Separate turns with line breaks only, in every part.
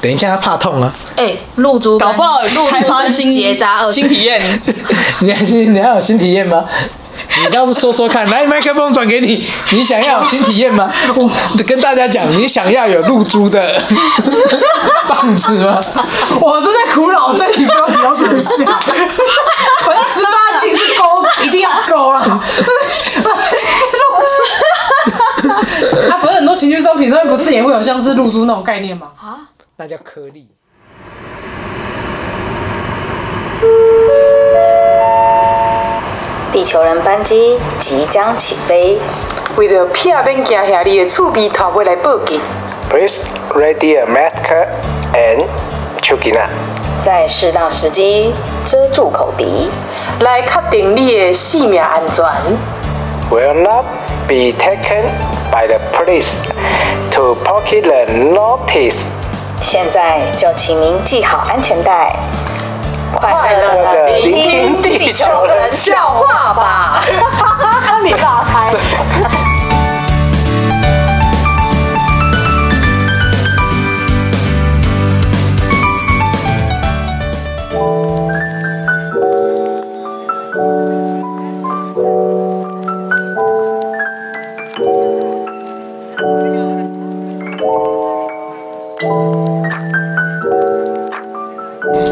等一下，他怕痛啊！
哎，露珠跟
搞不好有开发新
露珠跟结扎二
新体验，
你还是你要有新体验吗？你倒是说说看，来麦克风转给你，你想要有新体验吗？跟大家讲，你想要有露珠 的棒子吗？
我正在苦恼这里不知道聊什么下。 反正十八禁是勾，一定要勾啊！露珠，啊，不是很多情趣商品上面不是也会有像是露珠那种概念吗？
那叫颗粒。
地球人班机即将起飞，
为了避免惊吓你的厝边头尾来报警，
Please ready a mask and chugina。
在适当时机遮住口鼻。
来确定你的性命安全。
will not be taken by the police to pocket the notice
现在就请您系好安全带，快
乐
地
乐的
聆
聆
听
听
地
地
球
球
人
人笑话吧。
你打开。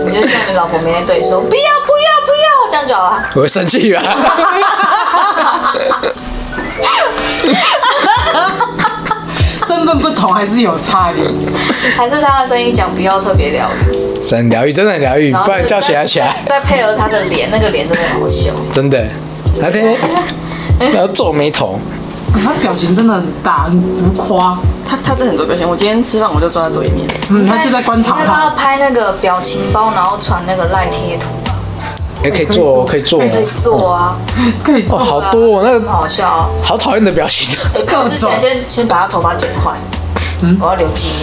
你就叫你老婆每天对你说不要不要不要这样就好了。
我会生气啊！
身份不同还是有差的。 啊
还是他的声音讲不要特别疗愈，
真很疗愈，真的很疗愈，
然后
不然叫起来起来，
再配合他的脸，那个脸真的好笑。
真的。他天天要皱眉头，
他表情真的很大，很浮夸。
他他这很多表现，我今天吃饭我就坐在对面，
嗯，他就在观察
你可以帮他
他。
拍那个表情包，然后传那个赖贴图，
也可以做，可以做
可以
在做啊，
可以
哦，好多哦，那
很
个
好笑啊。
好讨厌的表情，
我之前先先把他头发剪坏，我要留纪念。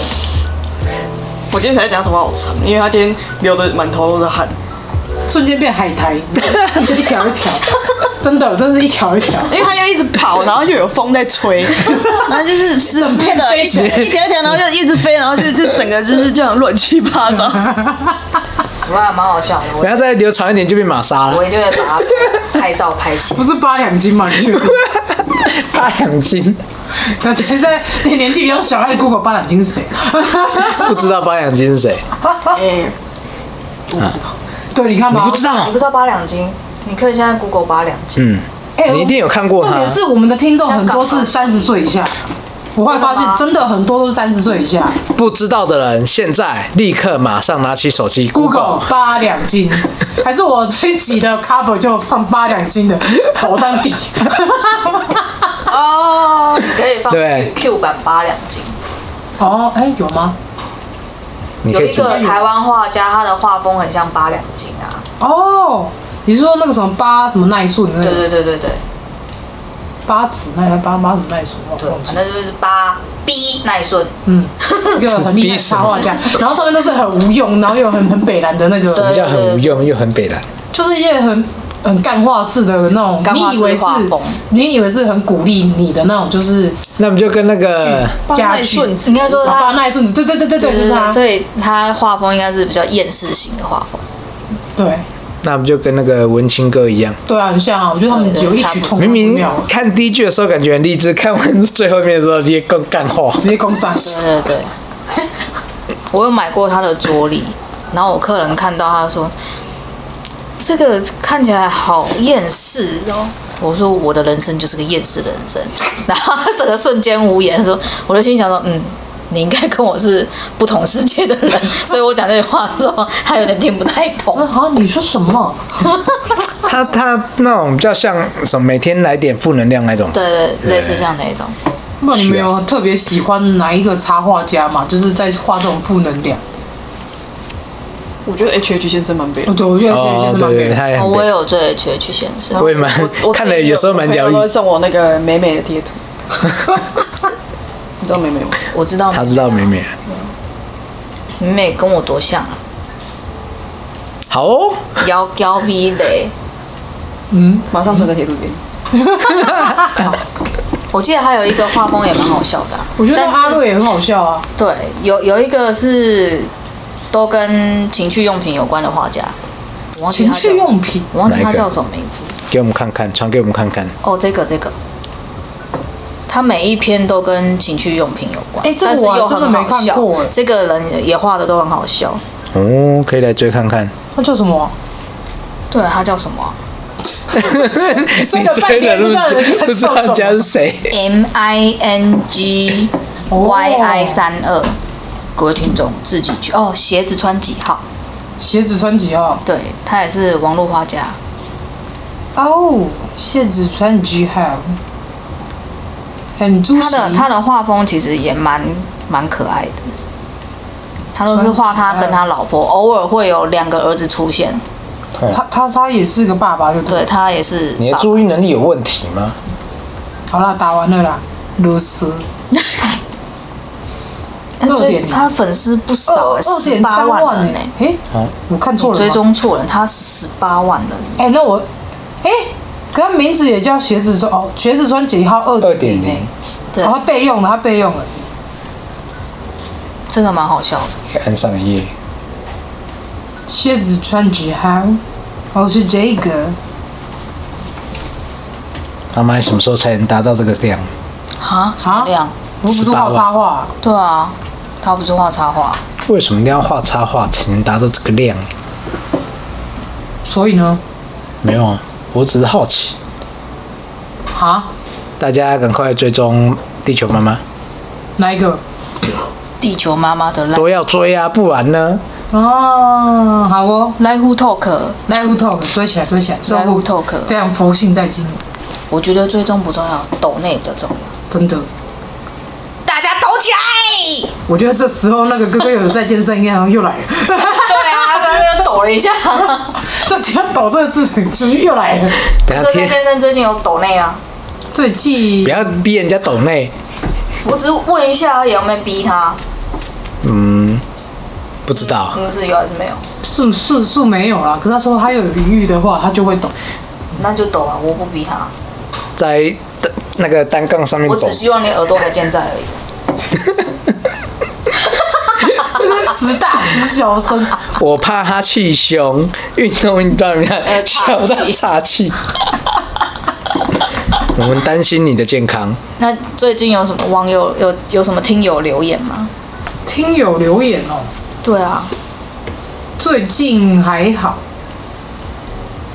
我今天才讲他头发好长，因为他今天流的满头都是汗，
瞬间变海苔，就一条一 条，真的，真是一条一条。
因为他又一直跑，然后又有风在吹， 然后就是湿
整
湿
片
的，
飞
一
起
条
来
一条，然后就一直飞，然后就就整个就是这样乱七八糟。
嗯
我还蛮好笑的，
不
我
要再流长一点就变玛莎了
我，一定会把他拍照拍起来。
不是八两斤吗？你确定？
八两斤，
那等一下，你年纪比较小，还 Google 八两斤是谁？
不知道八两斤是谁，
哎，我不知道，
对，你看
你
吧，
不知。道
你不，知道八两金？你可以现在 Google 八两金。
嗯，
哎
你一定有看过
重
他
点，是我们的听众很多
香港
是
吧
三十岁以下，我会发现真的很多都是三十岁以下。
不知道的人现在立刻马上拿起手机
Google 八两金，还是我这一集的 cover 就放八两金的头当 底。
哦，
可以放
对
Q Q 版八两金，
哦，哎，有吗？
你
有
可以
一
自己
个台湾画家，他的画风很像八两金啊。
哦，你是说那个什么八什么耐数的那
对
个
对对对对
八子耐八八什么耐数？我
对
忘，
反
记了
正就是八 B 耐顺。
嗯， 一个很厉害的插画 家，然后上面都是很无用，然后又很很北蓝的那
什么
个，
叫很无用又很北蓝？
就是一些很很干话式的那种，
干
你
话式
以为是
画风
你以为是很鼓励你的那种，就是啊
那不就跟那个
家
耐
具。
顺子
应该说
八
他，
耐顺子，对对对 对对，就是他，
所以他画风应该是比较厌世型的画风。
对
那不就跟那个文青哥一样？
对啊，很像啊，我觉得他们
对对
有异曲同工
明
之
明
妙。
看第一句的时候感觉很励志，看完最后面的时候你也更干 话。
你讲啥？
对对对， 我有买过他的桌历，然后我客人看到他说，这个看起来好厌世哦。我说我的人生就是个厌世的人生， 然后他整个瞬间无言，说，我就心想说，嗯。你应该跟我是不同世界的人， 所以我讲这句话的时候，他有点听不太懂。
啊，你说什么？
他他那种比较像什么，每天来点负能量那种。
对对，类似像那一种。
不，你们有特别喜欢哪一个插画家嘛？就是在画这种负能量。
我觉得 H H 先生蛮北
我
的。
对，我觉得这些
哦，
是蛮
对，
给。
他也
哦
很
我也
北，
有追 H H 先生，
我也蛮
我
看了，有时候蛮疗
我朋友都会
愈。
送我那个美美 的贴图。你知道美美吗？
我知道
他知道美美，
美美跟我多像啊，
好哦，
腰腰逼的欸。
马上传个贴图给你。
我记得还有一个画风也蛮好笑的啊、
我觉得
但是
阿洛也很好笑啊，
对，有有一个是都跟情趣用品有关的画家，我忘记
情
他叫
趣用品，
我忘记
哪
他
一个
叫什么名字。
给我们看看，传给我们看看。
哦，这个这个，他每一篇都跟情趣用品有关，
哎这个
但是
我还
又
真的
很好
没看
笑
过哎。
这个人也画的都很好笑。
哦，可以来追看看。
那叫什么啊？
对，他叫什么啊
追
你
了半
追
天
了
不知道
那么
人
久
家，
不知道
叫什
人
么
家是谁。
？M I N G Y I 三
哦
二，各位听众自己去哦。鞋子穿几号？
鞋子穿几号？
对他也是网络画家，
哦，鞋子穿几号？很出
他
息。
的他的画风其实也蛮蛮可爱的。他都是画他跟他老婆，
嗯
偶尔会有两个儿子出现。
他他他也是个爸爸，就对
对。他也是
你的
爸
注意能力有问题吗？
好啦，打完了啦，螺丝。
哎
二
所以
点零
他粉丝不少
二
欸，
二
十
点
八
三
万
呢
人呢、？
哎，
啊
我看错了吗。
追踪错人，他十八万人，
哎、那我，哎、可他名字也叫鞋子穿哦，鞋子穿几号？二点零。
对，
哦，他备用了，他备用了。
这个蛮好笑的。
可以按上一页。
鞋子穿几号？哦，是这个。
他妈什么时候才能达到这个量？
啊，什么量？
我不是画插画，
对啊，他不是画插画，
为什么一定要画插画才能达到这个量？
所以呢，
没有啊，我只是好奇。
啊，
大家赶快追踪地球妈妈，
嗯
哪一个？
地球妈妈的 Life
都要追啊，不然呢？
哦，好哦
Life Talk，
l i v e Talk 追起来，追起来
Live Talk
非常佛性在经营，
我觉得最终不重要，抖内比较重要。
真的。
大
啊
家抖起来！
我觉得这时候那个哥哥有在健身，应该好像又来了。
对啊，刚刚又抖了一下。
这听到抖这个字，就是又来了。
等下
哥哥
贴，
先生最近有抖内啊，
最气
不要逼人家抖内，
我只是问一下而已，有没有逼他？
不知道
你。们是有还是没有？
是是是没有啦，可是他说他有余裕的话，他就会懂。
那就抖啊，我不逼他，
在单那个单杠上面
我
抖
只，希望你耳朵还健在而已。
时大时小生，
我怕他气胸，运动运动，人
呃
家 笑到岔 气。我们担心你的健康，
那最近有什么网友有有什么听友留言吗？
听友留言哦、
对啊，
最近还好，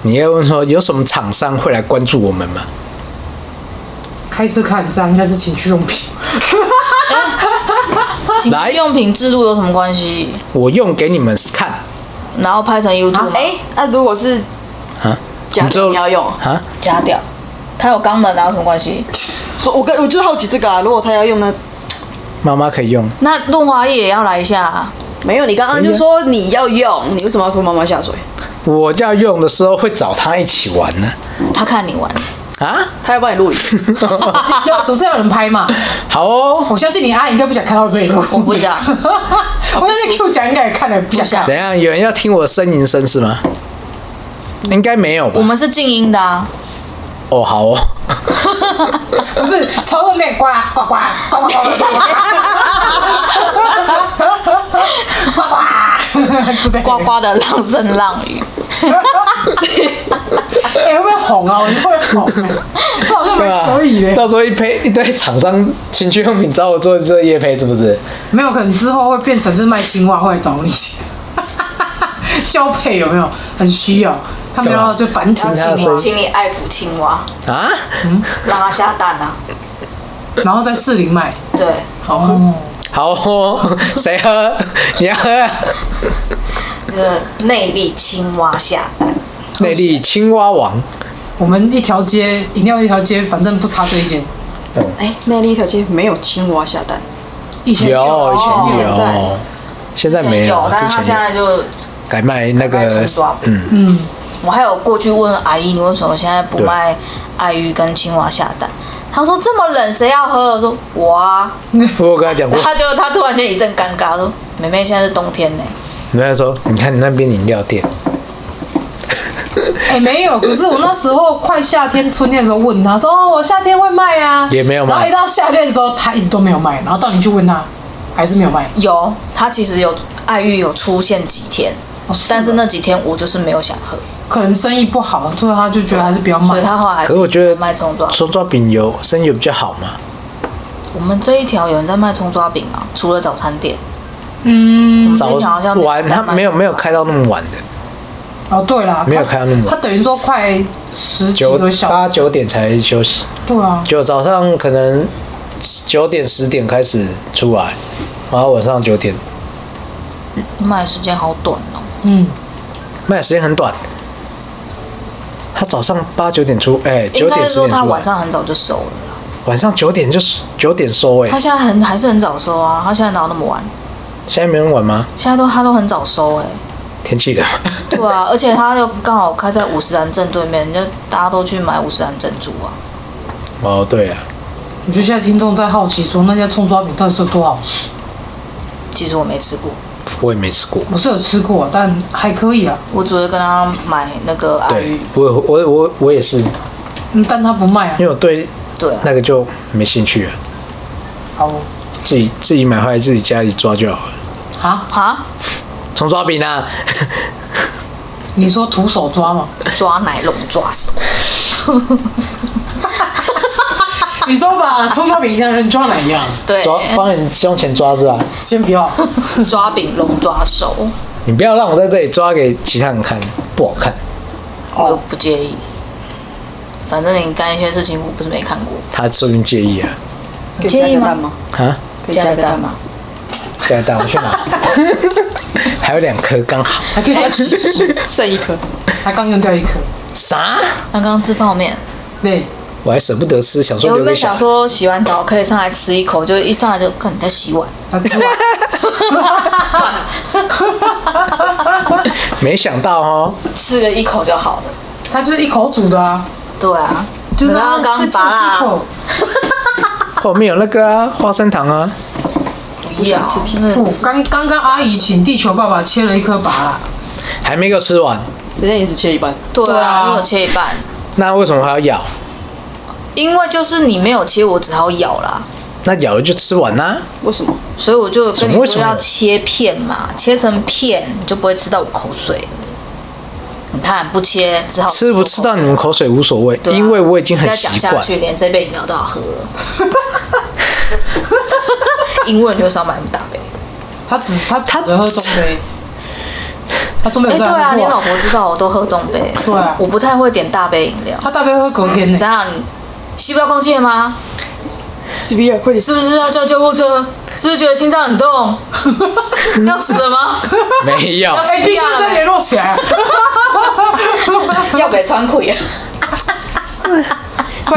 你要问说有什么厂商会来关注我们吗？
开车看这样应该是情趣用 品。
情
来
趣用品制度有什么关系？
我用给你们看
然后拍成 YouTube 吗？
哎，那如果是
啊，
假
之后
的你要用啊？
啊，
加掉，他有肛门啊，有什么关系？
所以我跟我就是好奇这个啊，如果他要用呢？
妈妈可以用，
那润滑液也要来一下、啊，
没有，你刚刚就说你要用，你为什么要拖妈妈下水？
我要用的时候会找他一起玩呢、
他看你玩，
啊，
他要帮你录 影，
要总是要有人拍嘛。
好哦，
我相信你阿姨应该不想看到这一幕。
我不想
我相信 Q 讲应该也看了不想看。
怎样？有人要听我呻吟声是吗？应该没有吧
我？们是静音的啊，
哦，好哦，
不是从后面呱呱呱呱呱呱呱呱呱
呱。呱的浪声浪语，
哎、会不会红啊？我会不会红、啊？这好像
对
蛮
吧？
可以的、
到时候一配一堆厂商情趣用品找我做这夜配，是不是？
没有，可能之后会变成就是卖青蛙会来找你，交配有没有？很需要，他们
干
要
嘛
就繁殖
听他的
青
声
蛙
音，
请你爱抚青蛙，
啊，
让它下蛋啊。
然后在士林卖。
对，
哦，
好哦，谁喝？你要喝啊？
这内力青蛙下蛋，
内力青蛙王，
我们一条街饮料一条街，反正不差这一间。
哎，那那一条街没有青蛙下蛋，
以前
有以前
哦
有，现在没
有，但
之
是他
前
现在就
改卖那
改卖
个
葱抓饼
嗯，
啊我还有过去问阿姨，你为什么现在不
对
卖爱鱼跟青蛙下蛋？她说这么冷谁要喝？我说我啊，
我有跟他讲 过，
她就她突然间一阵尴尬，说妹妹现在是冬天呢、
人家说你看你那边饮料店，
哎、没有，可是我那时候快夏天、春天的时候问他说，哦，我夏天会卖啊，
也没有卖
然后一到夏天的时候，他一直都没有卖，然后到你去问他，还是没有卖。
有，她其实有爱玉有出现几天，
哦是
但是
吗
那几天我就是没有想喝，
可能生意不好，所以他就觉得还是不要
所
哦卖
以。她后来还是
可是我觉得
卖葱抓饼。
手抓饼有生意有比较好嘛，
我们这一条有人在卖葱抓饼吗？除了早餐店，
嗯，
我们这
早
一条好像没有
晚
在
他
卖嗯
没有没有开到那么晚的，
哦，对啦，
没有
他
开到那么晚
他等于说快十几
九
个小时，
八九点才休息，
对啊，
就早上可能九点十点开始出来，然后晚上九点
你买的时间好短哦。
嗯，
卖的时间很短。他早上八九点出，哎、
应
九
该
点
是
十
说
点出
她
来，
晚上很早就收了。
晚上九点就九点收、哎
他，现在很还是很早收啊，他现在哪有那么晚？
现在没人玩吗？
现在都他都很早收 哎、
天气冷，
对啊，而且他又刚好开在五十岚正对面，就大家都去买五十岚珍珠啊。
哦，对了，
我觉得现在听众在好奇说那家葱抓饼到底是有多好吃，
其实我没吃过，
我也没吃过。
我是有吃过，但还可以啊，
我只会跟他买那个阿
对
鱼。，
我我我我也是，
嗯但他不卖啊
因为，我对
对啊，
那个就没兴趣了，啊
好哦
自己自己买回来自己家里抓就好了。
啊，
啊，
葱抓饼啊，
你说徒手抓吗？
抓奶龙抓手，
你说把葱抓饼一样人抓哪一样？
对，
抓放在你胸前抓是吧？
先不要，
抓饼龙抓手，
你不要让我在这里抓给其他人看，不好看。哦
我又不介意。反正你干一些事情，我不是没看过。
他说不定介意啊
可以加一个蛋吗？
啊！
可以加一个蛋吗？
这个蛋我去拿， 还有两颗刚好。
还可以加起司，
剩一颗，
还刚用掉一颗，
啥？
刚刚吃泡面，
对，
我还舍不得吃，想说
有
留给
没有
小
想
孩。
说洗完澡可以上来吃一口？就一上来就看你在洗 碗，
他吃 完。
算了，
没想到哦，
吃了一口就好了。
他就是一口煮的啊，
对啊，
就是
然
他
后刚
吃就
拔
是一
啦，
口，
后面有那个啊，花生糖啊，
不想吃甜的
不，哦刚刚刚阿姨请地球爸爸切了一颗拔啦，
还没给我吃完，
人家也只切一半。
对
对
啊，
啊
你有切一半，
那为什么还要咬？
因为就是你没有切，我只好咬啦，
那咬了就吃完啦、
为什么？
所以我就跟
什么
你
为什
说
么
要切片嘛，切成片你就不会吃到我口水了。你看不切，只好
吃不吃到你们口水无所谓，
对啊
因为我已经很
再
习
讲下
惯。
去，连这杯饮料都要喝了。 因为你为啥买那么大杯？
他只他他只喝中杯，他中杯
哎，
有
对
在喝
啊，你
过
老
啊，
婆知道我都喝中杯，
对啊
我不太会点大杯饮料。
他大杯喝隔天
你
呢，
想想，你吸不到空气了吗？
c p 啊，快点！
是不是要叫救护车？是不是觉得心脏很痛？要死了吗？
没有，
哎，必须再联络起来，啊
要被穿溃啊！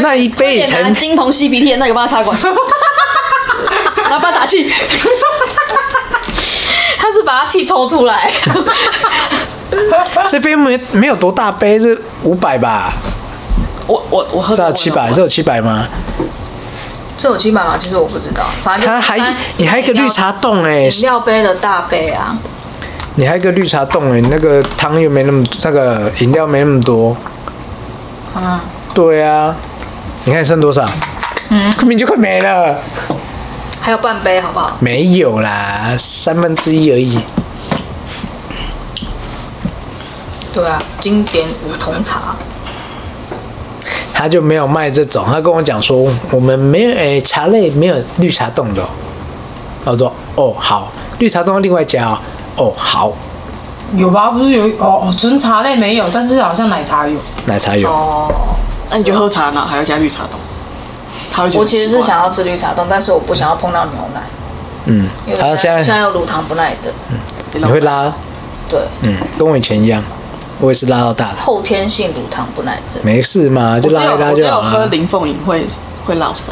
那一杯也才
快点拿金童吸鼻涕的那个帮他插管， 然后帮他打气。
他是把他气抽出来，
这杯没没有多大杯，是五百吧？
我我我喝
这有七百，这有七百吗？
这有七百吗？其实我不知道，反正就
它还
反正
你还有一个绿茶冻哎、
饮料杯的大杯啊，
你还有一个绿茶冻哎、那个汤又没那么，那个饮料没那么多。
嗯，
对啊，你看剩多少？ 嗯，根本就快没了。
还有半杯好不好？
没有啦，三分之一而已。
对啊，经典梧桐茶，
他就没有卖这种，他跟我讲说我们没有诶、茶类没有绿茶冻的、哦。我说哦好，绿茶冻要另外加哦。哦好，
有吧？不是有哦，哦纯茶类没有，但是好像奶茶有，
奶茶
哦
有。
啊
那你就喝茶呢，还要加绿茶冻。他会觉得
我其实
奇
是
怪
想要吃绿茶冻，但是我不想要碰到牛奶，
嗯，
因为
他
现
现
在现
在
在有乳糖不耐症，
别
你
浪费
会拉，
对，
嗯，跟我以前一样，我也是拉到大的，
后天性乳糖不耐症，
没事嘛，就
我只
拉
有
一拉
我只
就好啊
有喝
了。
林凤饮会会落腮，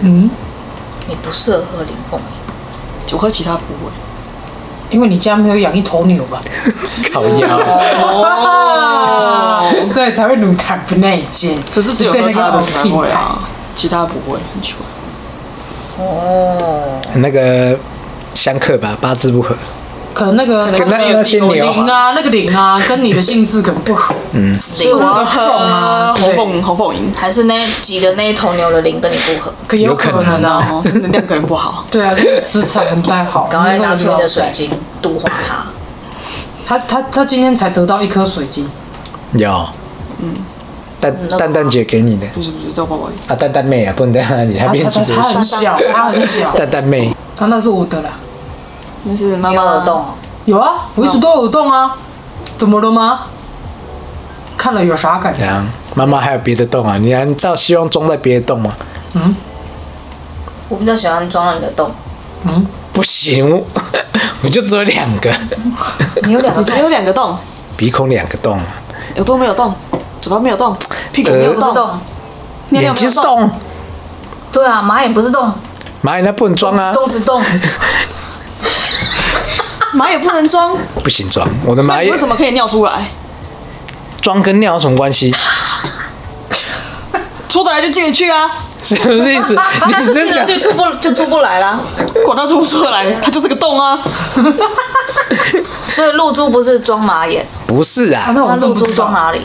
嗯，
你不适合喝林凤营
我喝其他不会。
因为你家没有养一头牛吧？
烤腰，
哦， 所以才会乳糖不耐煎。
可是只有
对
喝
那
他
个
的
好
才
品
会
牌，
啊，其他不会，很奇怪。
那个相克吧，八字不合。
可能那个
能那那些牛啊
零啊，那个零 啊，跟你的姓氏可能不合。
零
我
啊
要凤啊，
呃，侯
对，
凤侯凤赢，
还是那挤的那一头牛的零跟你不合，
可有可能啊。
哦，能量可能不好。
对啊，这个磁场不太 好。
赶快拿出你
那
的
个
水晶度化它。
他他他今天才得到一颗水晶，
有，
嗯
蛋蛋蛋姐给你的
不是不是，赵宝宝赢。
啊，蛋蛋妹啊，不能这样，你还
他
变
他
成
他他很小，他很小，
蛋蛋妹，
他那是我的啦。
那是妈
你有
妈
耳洞哦，
有啊，我一直都有动啊，怎么了吗？看了有啥感
怎
觉？
样？啊妈妈还有别的洞啊？你难道希望装在别的洞吗？
我比较喜欢装了你的洞，
不行， 我我就只有两 个，
你有两个
你只
洞，
有两个洞，
鼻孔两个洞啊，呃
耳朵没有洞，嘴巴没有洞，屁股没
这
呃有
不是
洞，
洞，
尿
眼
尿没
睛
有
是洞，
对啊，马眼不是洞，
妈，那不能装啊，
洞是 洞，
马也不能装。
不行装，我的
那
妈
你
耶
为，什么可以尿出来？
装跟尿有什么关 系？
出得来就进得去啊，
什么意 思？你真讲
就出不就出不来啦。
管它出不出得来，它就是个洞啊。
所以露珠不是装马眼，
不是啊？
那
那
我真
哦露
不
珠
知
装
道。
哪里？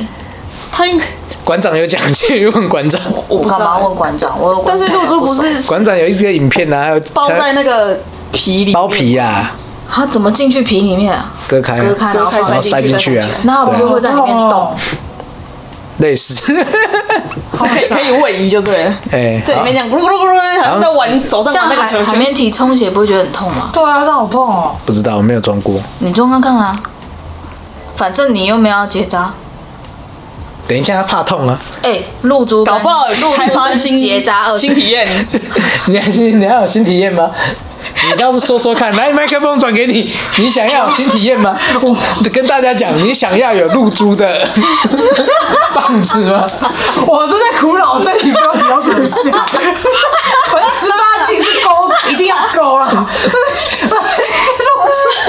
它应
馆长有讲，去问馆 长，
我
我
不知
干嘛
道，
问馆长？我有
但
管
是露珠不 是
馆长有一个影片啊，还有
包在那个皮里，
包皮啊，
它怎么进去皮里面啊？
割开啊，
割开
然
然
后
后
塞
塞
进
进
去
去
啊，
然后不就会在里面动
哦？
类似，
是可以可以位移就对了。啊
哎，
这里面这样咕噜咕噜咕噜，好像在玩手上
这样
玩那
海
个球
海
球。
绵体充血不会觉得很痛吗？
对啊，那好痛哦！
不知道，我没有装过。
你装看看啊，反正你又没有要结扎。
等一下，他怕痛啊！
哎、露珠跟
搞不好
露
开
珠
发
跟
新
结扎二
新体验，
你还是你要有新体验吗？你倒是说说看，来麦克风转给你，你想要有新体验吗？我跟大家讲，你想要有露珠的 棒子吗？
我正在苦恼这里不知道聊什么 下，反正十八禁是勾，一定要勾 啊！露珠，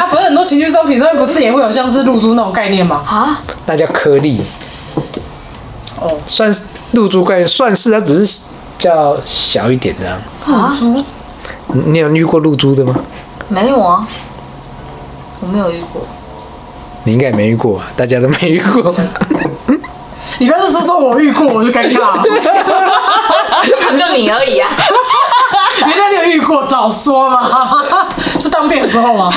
啊，不是很多情趣商品上面不是也会有像是露珠那种概念吗？
啊，
那叫颗粒。哦，算是露珠怪，算是它只是比较小一点这样。
露珠，
你你有遇过露珠的吗？
没有啊，我没有遇过。
你应该也没遇过吧？大家都没遇过。
你不要是说说我遇过我就尴尬 了，
就你而已啊！
原来你有遇过，早说嘛！ 是当兵的时候 吗？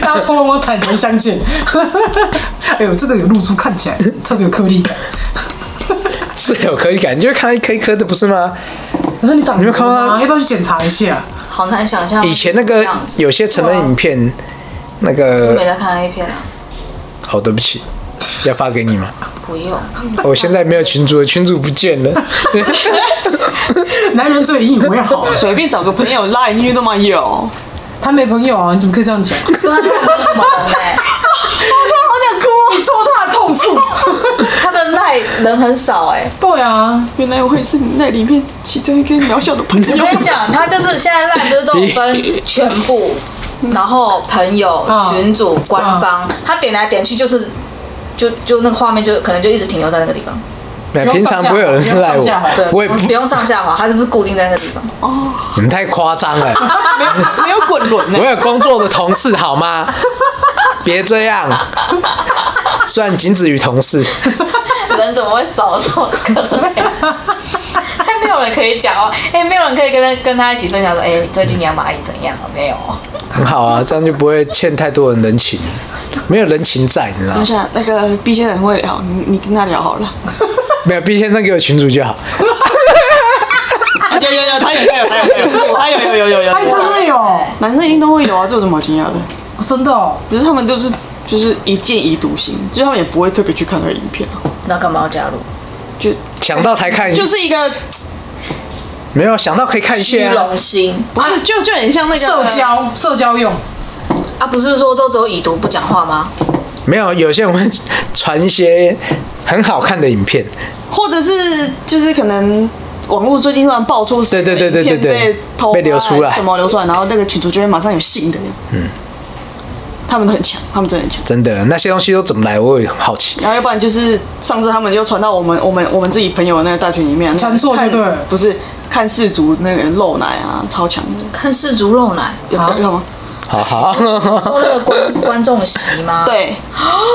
大家通通我坦诚相见。 哎呦，这个有露珠，看起来特别有颗粒感。
是有颗粒感，你就看到一颗一颗的，不是吗？
可是你长
你
瘤
有看到
吗？要不要去检查一下？
好难想象
以前那个
是什么样子
有些成人影片，那
我没
个
在看 A 片啊，
哦，对不起，要发给你吗？
不用。
我现在没有群主，群主不见了。
男人最引以为豪，啊
随便找个朋友拉你进去都嘛有。
他没朋友啊，你怎么可以这样讲？
对啊，没有什么人哎、
好想哭，你戳他的痛处。
他的赖人很少哎、
对啊，
原来我也是你那里面其中一个渺小的朋
我
友。
跟你讲，他就是现在烂就是都有 分全部，然后朋友、
嗯
群主、官方，他点来点去就是，就就那个画面就可能就一直停留在那个地方，
没有平常不会有人赖
不用上下
我
对，，
我也不
不，用上下滑，它就是固定在那个地方。
你们太夸张了。
没有没有滚轮呢
我，有工作的同事好吗？别这样，虽然仅止于同事，
人怎么会少这种 各类？还没有人可以讲哦，哎、没有人可以跟他跟他一起分享说，哎、你最近养蚂蚁怎样了？没有，
很好啊，这样就不会欠太多人人情，没有人情债，你知道
我
吗？
想那个 B 先生很会聊，你你跟他聊好 了。
没有，毕先生给我群主就好。
有有有，他有他有他有 他有他有有有有
哎，
有，
真的有，
男生一定都会有啊，这有什么好惊讶的？
真的哦。
只是他们都是就是一见一读心，就是他们也不会特别去看那个影片啊，
那干嘛要加入？
就
想到才看，
就是一个
没有想到可以看一
虚
下、啊。
荣心
不是就就很像那个
社，交，社交用，
哦
啊，不是说都只有已读不讲话吗？
没有，有些人会传一些很好看的影片，
或者是就是可能网络最近突然爆出
对对对对对对
被偷
被流出来
什么流出来，然后那个群主就会马上有新的，嗯，他们都很强，他们真的很强。
真的那些东西都怎么来，我也很好奇。
然后要不然就是上次他们又传到我们我们我们自己朋友的那个大群里面，
传错就
看
对了
不是看氏族那个漏奶啊，超强的，
看氏族肉奶，
有
啊
有有吗？
好好，
说那个观观众席吗？，
对，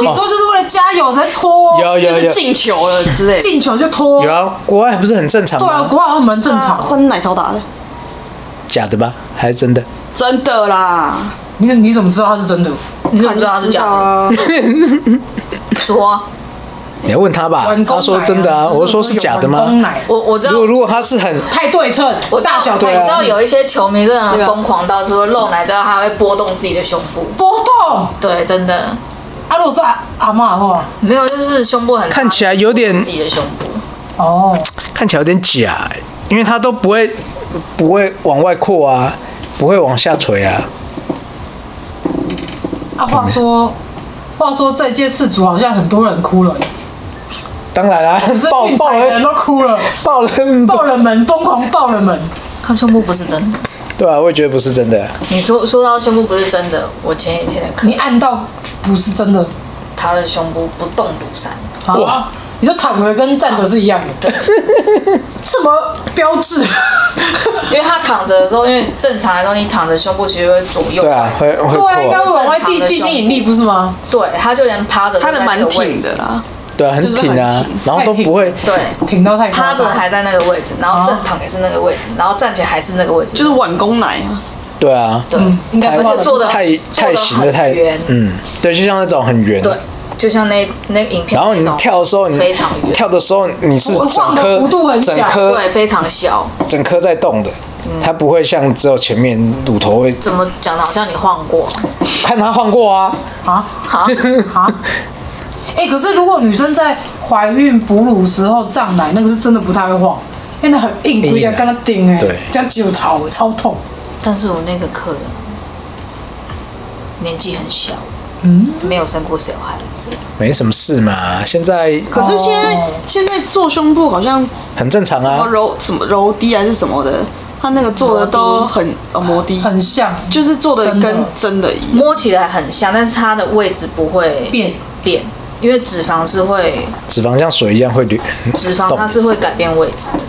你说就是为了加油才拖，
哦有
就
有
是
有
进球了之类的，
进球就拖
有，啊，国外不是很正常
对啊，
吗？
国外好像蛮正常的。
换奶超打的，
假的吧？还是真的？
真的啦，
你你怎么知道他是真的？
你怎么知道它是假的？
的？
说啊，
你要问他吧
人，工
他说
奶啊
真的啊，
不是
我说是
有
假的
人工
吗？
奶
我我知道
如。果如果他是很
太对称，
我知道
大小
你
太
知道
有
有一些球迷真的啊很疯狂到，除了露奶之后，他还会波动自己的胸部。
波动。
对，真的
啊，如果是阿阿妈的话，
没有，就是胸部很大
看起来有点
自己的胸部。
哦，
看起来有点假、欸，因为它都不会不会往外扩啊，不会往下垂啊。
啊，话说。话说这届世足好像很多人哭了，
当然啦、
不是
爆
运
爆
彩的人
了
都哭了，
爆了，
爆了门，疯狂爆了门。
看胸部不是真的。
对啊，我也觉得不是真的。
你说说到胸部不是真的，我前几天在看
你按到不是真的，
他的胸部不动如山，
啊
哇！
你说躺着跟站着是一样的， 什么标志？
因为他躺着的时候，因为正常来说你躺着胸部其实会左右。
对啊，会会
对
扩、
啊，应该会
啊，
往外地地心引力不是吗？
对，他就连趴着都
他
在
的
那
蛮
个位
挺
置
的。 啦，
对啊，很挺啊
就是很，
然后都不会。
对，
挺到太夸
趴
张
着还在那个位置，然后正躺也是那个位置，然后站起来还是那个位置，
就是碗公奶啊，
对啊，
对，
嗯应该
而
是
且坐的
太太行的太
圆，
嗯，对，就像那种很圆。
对，就像那那个影片
然后
那
你
种
跳的时候，你
非常圆，
跳的时候你是
我
整
晃的
颗
幅度很小
整颗
对，非常小，
整颗在动的，它不会像只有前面乳头会，
怎么讲的？好像你晃 过，
看它晃过啊，
啊
好，
啊！哎、可是如果女生在怀孕哺乳时候胀奶，那个是真的不太会晃，因为那很硬，
硬啊
龟要跟它顶哎
对，
这样揪头哎超痛。
但是我那个客人年纪很小，嗯，没有生过小孩，
没什么事嘛，现在
可是现在、
哦
现在做胸部好像
很正常
什么
啊。
柔什么柔滴还是什么的，他那个做的都很呃摩的，
很像，
就是做的
真的
跟真的一样。
摸起来很像，但是它的位置不会
变
变，因为脂肪是会
脂肪像水一样会流，
脂肪
动
它是会改变位置的。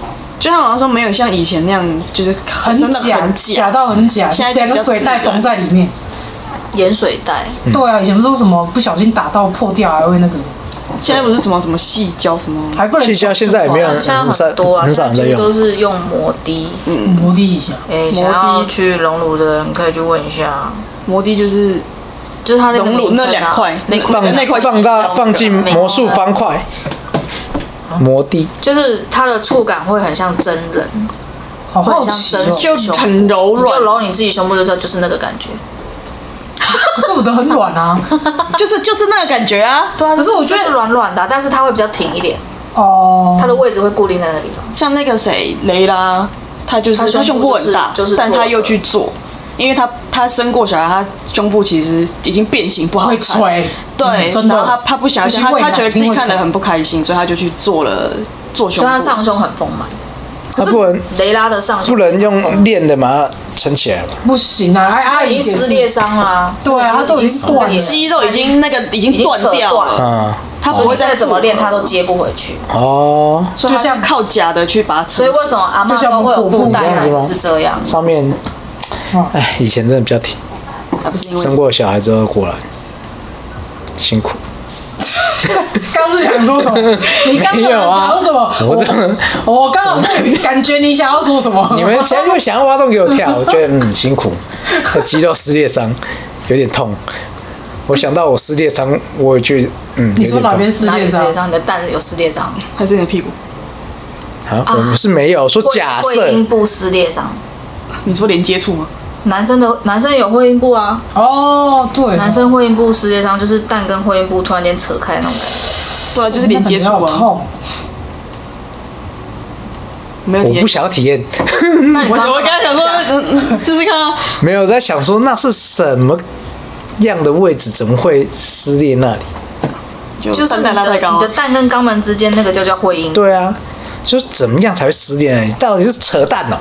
就像好像说没有像以前那样，就是
很
真的
假，
很
假到很假，
现在就
两
比
个
较
水袋
自然
缝在里面。
盐水袋，
嗯
对啊，以前不是说什么不小心打到破掉还会那个，
现在不是什么什么细胶什么，
还不能
现在现在也没有人
现在很多啊，
很
现
少
在
人在
几乎都
用，
是用摩的。
摩的几下，
哎、想要去隆乳的人可以去问一下，
摩的就是
就是它那个
隆乳
名称啊
那两块
那块
放
那块
放
细胶
大
的
放进魔术方块，摩的
就是它的触感会很像真人，
好
会
好
很像
奇
真
哦，
实
就
胸部
很柔
你就
软，
揉你自己胸部的时候，就是那个感觉。
可是我的很软 啊。
就是就是那个感觉啊，
对啊，
可是我觉得
就是软软的啊、但是它会比较挺一点，
哦，
它的位置会固定在那个地方。
像那个谁雷拉，他就是
他胸
他
部
胸部很大，
就是就是
但他
做的
又去做。因为他他生过小孩，他胸部其实已经变形不好
会
看，
垂，
对，
嗯真的
然后他他不想要
尤其
他
喂奶
他觉得自
一
己
定会
看
垂
得很不开心，所以他就去做了做胸
所以它
部。
上胸很丰满，
它不能
雷拉的上胸
不能用练的把它撑起来嘛，
不行啊，哎阿
它
姨
已
解
经
释
撕裂伤啦、
对啊它都已经
撕裂
断了
肌肉已经那个已经
已经
断
扯
掉
断
了，
啊，
他不
所
会
以再
再
怎么练它
他
都接不回去。
哦，
所以他
就像
靠假的去把它撑起
所
来。
以为什么阿妈
就像
都会有
瀑
腹
布
带
这样
奶
子吗
就是这样？
上面，
嗯
哎，以前真的比较挺，
还啊不是因为
生过小孩之后果然辛苦，
刚是想说什 么？你刚刚
没有啊
想要什么？
我这
我我刚好感觉你想要说什么？
你们现在就想要挖洞给我跳，我觉得嗯辛苦，我肌肉撕裂伤有点痛。我想到我撕裂伤，我也觉得嗯，
你
有
说
点
哪
痛
边世
哪里
界
撕
上
裂？伤？你的蛋有撕裂伤？
还是你的屁股？
啊？我们是没有说假
会
设
阴部撕裂伤，
你说连接触吗？
男生的男生有会阴部啊，
哦，对，
男生会阴部撕裂伤就是蛋跟会阴部突然间扯开那种感觉。
对啊，就是连接触
那感觉好
啊，
痛，
没有
我
体验
不。想要体验，
那你
我
刚
我刚才想说，
刚
嗯嗯试试看啊。
没有在想说那是什么样的位置，怎么会撕裂那里？
就
就是
蛋
你
蛋拉太
的
高
你的，蛋跟肛门之间那个就叫会阴，
对啊，就是怎么样才会失恋啊？你到底是扯淡哦、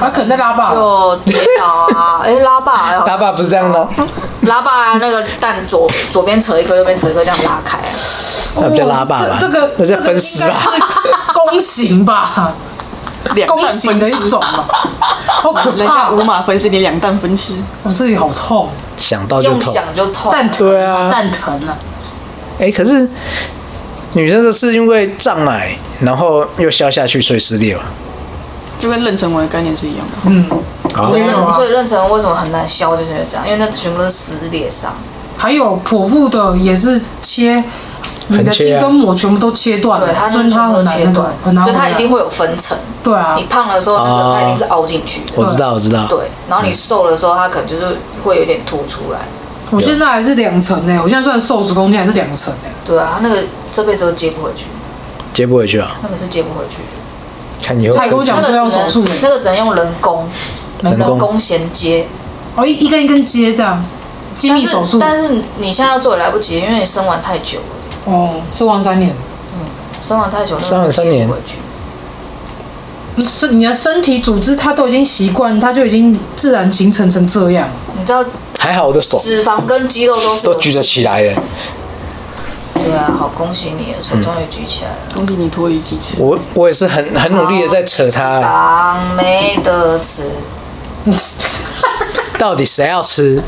他可能在拉吧，
就跌倒啊，哎、拉把啊，
拉爸不是这样的哦，
拉把那个蛋左左边扯一颗，右边扯一颗，这样拉开。啊
那不叫拉爸吧？
哦这这个
那
这
叫
个
分尸吧？
应该是 弓形吧，
啊两
弓
弹
形
分
的
尸
一种嘛，好可
人家
怕！
五
我
马分尸，你两弹分尸，
这里好痛，
想到就
用
痛。
想就痛，
蛋疼，
对啊
蛋疼啊！
哎、可是女生这是因为胀奶，然后又消下去，所以失恋了。
就跟妊娠纹的概念是一样的。
哦
所以
没有啊
所以妊娠为什么很难消，就是因为这样，因为那全部都是撕裂伤。
还有剖腹的也是切，你的
很切
筋
啊
跟膜全部都切断
对，它
了，
就
哦所
是全
以它
部
很难
切
那个
断，，
很难
所以
回
它
来
一定会有分层。
对啊
你，胖的时候，那个它一定是凹进去
我
的。
知道，我知道。
对，然后你瘦的时候，它可能就是会有点凸出来。
我现在还是两层呢，我现在虽然瘦十公斤，还是两层欸呢。
对啊，它那个这辈子都接不回去，
接不回去啊？
那个是接不回去的。
看以后
他还跟我讲
那
说
个
要
只
手术
能那
呢，
个只能用人工，
人工
衔接。
哦一一根一根接这样，精密手术，
但是但是你现在要做也来不及，因为你生完太久了，
哦是完三年，
生完太久，
生完三年
那个接不回去。
是你的身体组织它都已经习惯，它就已经自然形成成这样。
你知道
还好我的手
脂肪跟肌肉都是有
都举得起来了。
对啊，好恭喜你，手终于举起来了。
恭喜你脱离鸡翅，
我我也是很很努力的在扯
啊
它，
糖没得吃，
到底谁要吃？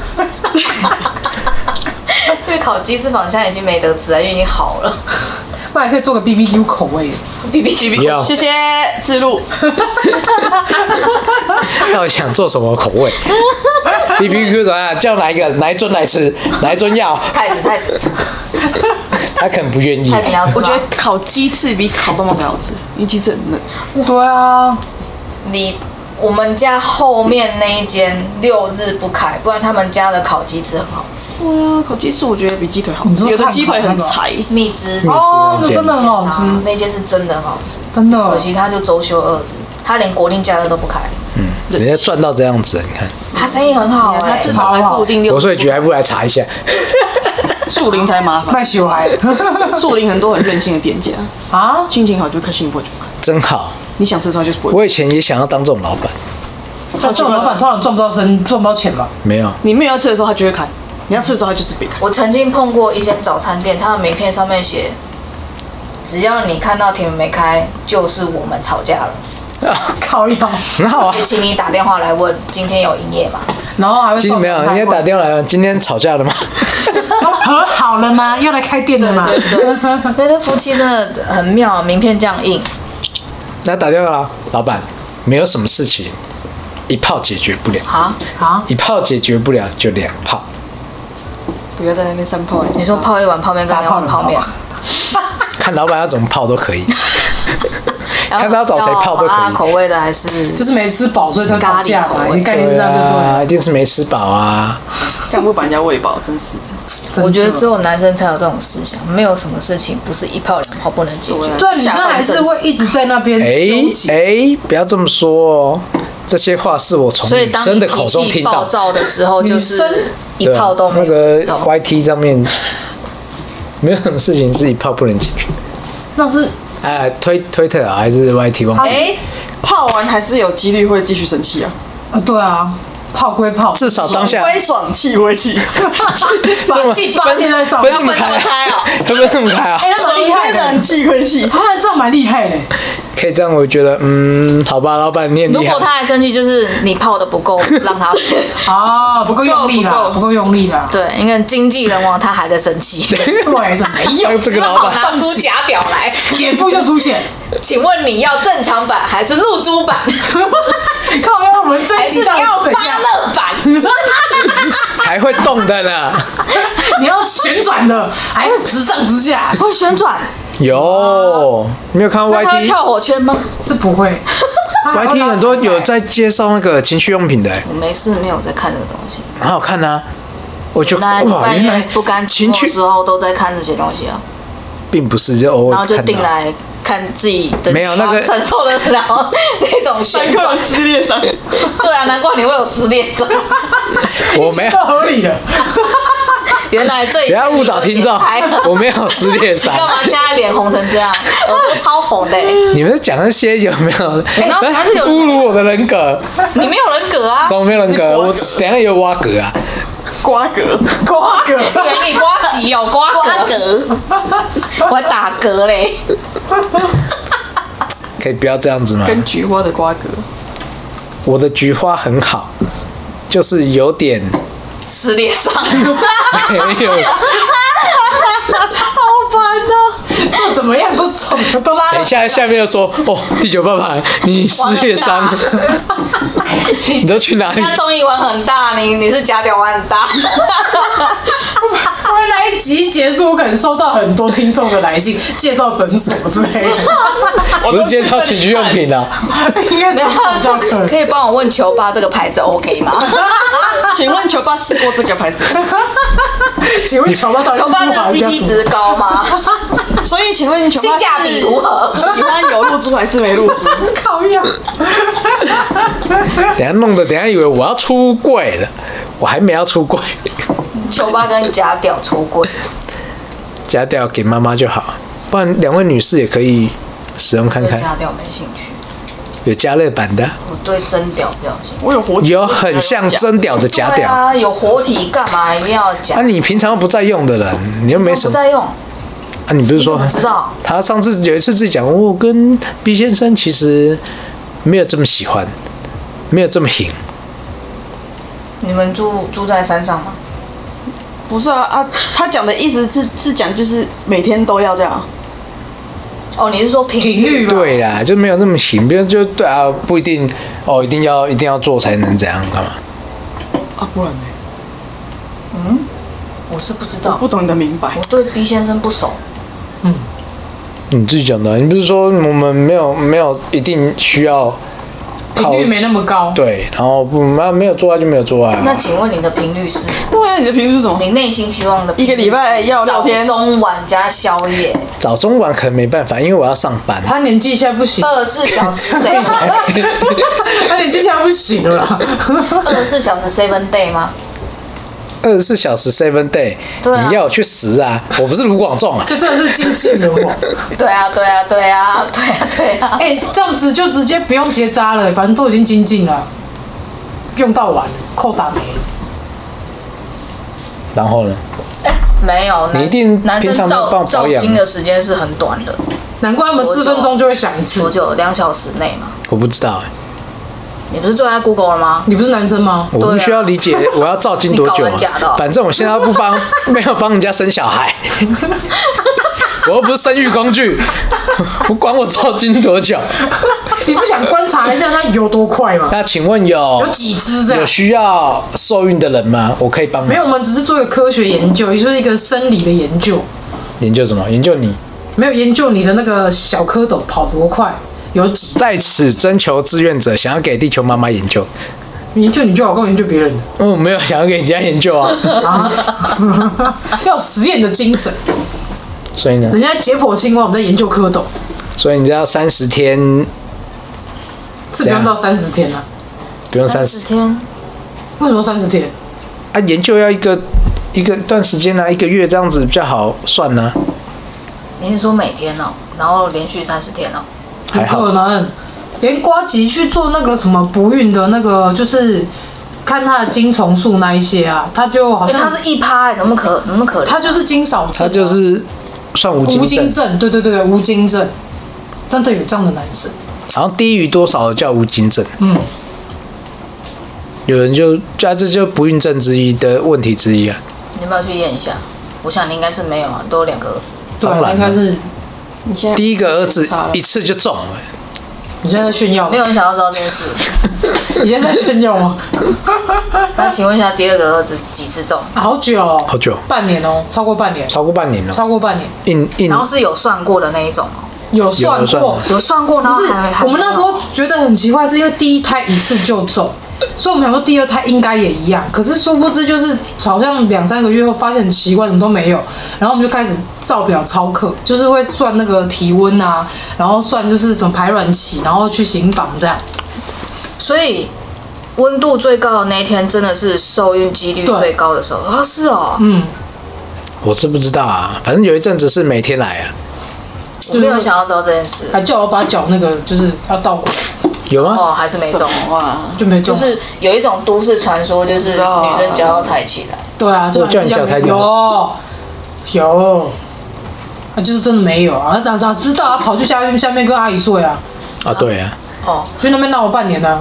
因为烤鸡翅膀现在已经没得吃了，因为已经好了。
不然可以做个 B B Q 口味，
B B G
不要
谢谢自录。
到底想做什么口味？B B Q 怎么样？啊叫哪一个？哪一尊来吃？哪一尊要？
太子太子
他可能不愿意
太。子你要吃
我
吗
觉？得烤鸡翅比烤棒棒还好吃，因为鸡翅很嫩。
对啊，
你我们家后面那一间六日不开，不然他们家的烤鸡翅很好吃，
对啊，烤鸡翅我觉得比鸡腿好
你
吃，
说
有的
碳
鸡腿
烤那
很
个
柴。
蜜汁
哦那
见
真的很好吃，哦
啊那间是真的很好吃，
真的
可惜他就周休二日，他连国定假日都不开，
人家赚到这样子，你看
他生意很好
它
哎、
至少还固定六
国税局还不来查一下？
树林才 麻烦，
卖小孩
树林很多很任性的店家，
啊，
心情好就开心，不会就不开心。
真好！
你想吃出来就不会。
我以前也想要当这种老板，
这种老板通常赚不到身，赚不到钱吧？
没有。
你没有要吃的时候，他就会开；你要吃的时候，他就是别开。
我曾经碰过一间早餐店，他的名片上面写：“只要你看到铁门没开，就是我们吵架了。
靠药，
很好啊
也，请你打电话来问今天有营业吗？
然后还会
今天没有，应该打
电
电话来。今天吵架了吗？
哦和好了吗？要来开店
对
了吗？
对对，对，这夫妻真的很妙，啊名片这样印。
那打电话啦，老板，没有什么事情，一炮解决不了，
啊，
啊，
一炮解决不了就两炮。
不要在那边散炮。啊
你说泡一碗泡面跟
撒
两
泡
碗
了
泡面，
看老板要怎么泡都可 以。
然后
看他找谁泡都可以
要麻辣口味的还是
就是没吃饱所以才会吵架
咖喱
嘛
口，味
你概念是这样对不
啊，
对？
一定是没吃饱啊。
这样会把人家喂饱，真是的。
真的
我觉得只有男生才有这种思想，没有什么事情不是一泡两泡不能解决。
对啊
对女生还是会一直在那边
哎
纠结。
哎，不要这么说哦，这些话是我从
所以
女
当
生
你
的口中
脾气
听
暴
到。
躁的时候，就
女生
是啊一
对啊
泡都没
那
有
个
吃到
YT 上面，没有什么事情是一炮不能解决。
那是
哎，推推特啊，还是 YT 忘记，
哎，泡完还是有几率会继续生气啊，
啊，对啊，泡归泡，
至少当下
微爽气归气，
把气发泄在上
分这
面。
么开
要分这么开
啊
哦，
分这么开啊
哎，，他蛮厉害
然
的，
气归气。
他还这样蛮厉害的。
可以这样，我觉得，嗯，好吧，老板你很
如
厉害
果。他还生气，就是你泡的不够，让他爽。
啊，不够用力
不
啦，
够
不够用力啦。
对，因为经纪人王他还在生气，
对，怎么没 有？
这个老板
拿出假表来，
姐夫就出现，
请问你要正常版还是露珠版，
靠，要我们这
还
一
是
季
你
到底
要
怎
发
样？
热 版？
才会动的 呢。
你要旋转的，还是直上直下？
会旋转？
有，你没有看过
那他会
YT？YT
跳火圈吗？
是不 会。他还会拉
很多
长带
有在介绍那个情趣用品的、
我没事，没有在看这个东西。
很好看呐、我就
那
哇，
半
原来
夜不甘寂
情
寞的
趣
时候都在看这些东西啊，
并不是就偶
然后
尔
就
看
定
到。
来看自己的
没有那个
承受的，然 后那种旋
三克
转
的。撕裂伤，
对啊，难怪你会有撕裂伤。
我没有
不合理的，
原来这
不
一切
要误导
你都
听众
解开了，
我没有撕裂
你干
伤。
嘛现在脸红成这样？耳朵超红的欸、
你们讲那些有没有
然后还是有
侮辱我的人格？
你没有人格啊，
怎么没有人格？
是瓜葛
我等一下也有挖格啊！
瓜葛，
瓜葛，
以为你瓜吉哦， 瓜瓜格， 我打嗝嘞。
可以不要这样子吗？
跟菊花的瓜葛，
我的菊花很好，就是有点
撕裂伤，
没有。
做怎么样都怎么都拉
等一下下面又说哦，第九爸爸，你撕裂伤， 你都去哪里？
那综艺玩很大，你你是假屌玩很 大，
不然那一集结束，我可能收到很多听众的来信，介绍诊所之类的，
不是介绍情趣用品啊？
应该
没
这
有
样比较可能
可。以帮我问球吧这个牌子 OK 吗？
请问球爸试过这个牌子？
请问乔 巴到底
球吧
珠
这个
宝比较
CP 值高 吗？
所以请问球
性
爸
价比
是
如 何？
喜欢有露珠还是没露珠？
靠呀！
等一下弄得，等一下以为我要出柜了，我还没要出柜，
球吧跟假屌出轨，
夹掉给妈妈就好，不然两位女士也可以使用看
对
看，
假屌没兴趣，
有加热版的，
我对真屌比较有兴趣。
我有活体
有很像真屌的夹
对
屌。
啊，有活体干嘛一定要假
啊，？你平常不在用的人，你又没
这
什
不
么
在用，
啊？你不是
你怎
说
么知道？
他上次有一次自己讲，我跟 B 先生其实没有这么喜欢，没有这么行。
你们住住在山上吗？
不是啊啊！他讲的意思是是讲就是每天都要这样，
哦，你是说频
频率吧，
对啦，就没有那么行，比如就对啊，不一定哦，一定要一定要做才能怎样干嘛？
啊，不然呢？
我是不知道，
不懂你的明白
我，对 B 先生不熟。
你自己讲的啊，你不是说我们没有没有一定需要靠
频率没那么高。
对，然后不那没有做爱就没有做爱
那
啊，
请问你的频率是？
对啊，你的频率是什么？
你内心希望的频率是
一个礼拜要六天
早中晚加宵夜，
早中晚可能没办法，因为我要上班。
他年纪现在不行，
二十四小时 seven，
他年纪现在不行了啦。
二十四小时 seven day 吗？
二十四小时 seven day，、
对啊
你要我去十啊，我不是卢广仲啊，
这真的是精尽了我。
对啊，对啊，对啊，对啊，对啊。
哎、这样子就直接不用结扎了，反正都已经精尽了，用到完了，扣打没了。
然后呢？
没有，男
你一定
男生
平常没有
照
办法
照
保养
精的时间是很短的，
难怪他们四分钟就会想一
多
次。
久？两小时内嘛。
我不知道、欸，
你不是最爱 Google 了吗？
你不是男生吗？
我
对啊
不需要理解我要照镜多久、
你搞完假的哦
啊，反正我现在不帮，没有帮人家生小孩，我又不是生育工具，我管我照镜多久？
你不想观察一下它游多快吗？
那请问有
有几只这
哦有
样？
需要受孕的人吗？我可以帮忙
没有，我们只是做一个科学研究，也就是一个生理的研究，
研究什么？研究你
没有研究你的那个小蝌蚪跑多快，有几
在此征求志愿者，想要给地球妈妈研究。
研究你就好，跟我研究别人的
嗯，没有想要给人家研究啊，
啊， 要有实验的精神。
所以呢，
人家解剖青蛙，我们在研究蝌蚪，
所以你知道三十天
是不
对啊
用到三十天啊？
不用三
三
十
十天，
为什么三十天？
啊，研究要一个一个段时间啊，一个月这样子比较好算啊呢、
你是说每天哦，然后连续三十天哦？
不
还好
可能，连瓜吉去做那个什么不孕的那个，就是看他的精虫数那一些啊，他就好
因为
像
他是一趴、欸，怎么可怎么可
他就是精少症啊，
他就是算无
无
精
精
症，
症，对对对对，无精症，真的有这样的男生，
好像低于多少叫无精症。
嗯，
有人就啊，这就不孕症之一的问题之一啊。
你要不要去验一下？我想你应该是没有啊，都有两个儿子。
对
当然
啊，
了
应该是
你现在
第一个儿子
差了
一次就中了，
你现在在炫耀吗，
没有人想要知道这件 事。
你现在在炫耀吗？
那请问一下，第二个儿子几次中？
啊好久、哦，
好久
半年哦，超过半年，
超过半年了，
超过半年，
硬硬
然后是有算过的那一种哦，
有算
有算
过
过，
有算过，然
不
后
是
还还，
我们那时候觉得很奇怪，是因为第一胎一次就中，所以我们想说第二胎应该也一样。可是殊不知，就是好像两三个月后发现很奇怪，怎么都没有。然后我们就开始照表操课，就是会算那个体温啊，然后算就是什么排卵期，然后去行房这样。
所以温度最高的那一天真的是受孕几率
对
最高的时候啊、是哦，
嗯，
我是不知道啊，反正有一阵子是每天来啊，
我没有想要知道这件事。
还叫我把脚那个就是要倒过来，
有吗？
哦，还是没中。
哇，
就没
就
中。
是有一种都市传说，就是女生脚要抬起来。
对啊，就
我叫你
还
脚
是
抬
要
起来
有有，他就是真的没有啊，他他知道，他跑去下面下面跟阿姨睡啊，
啊，对啊，
哦，
去那边闹了半年呢、啊。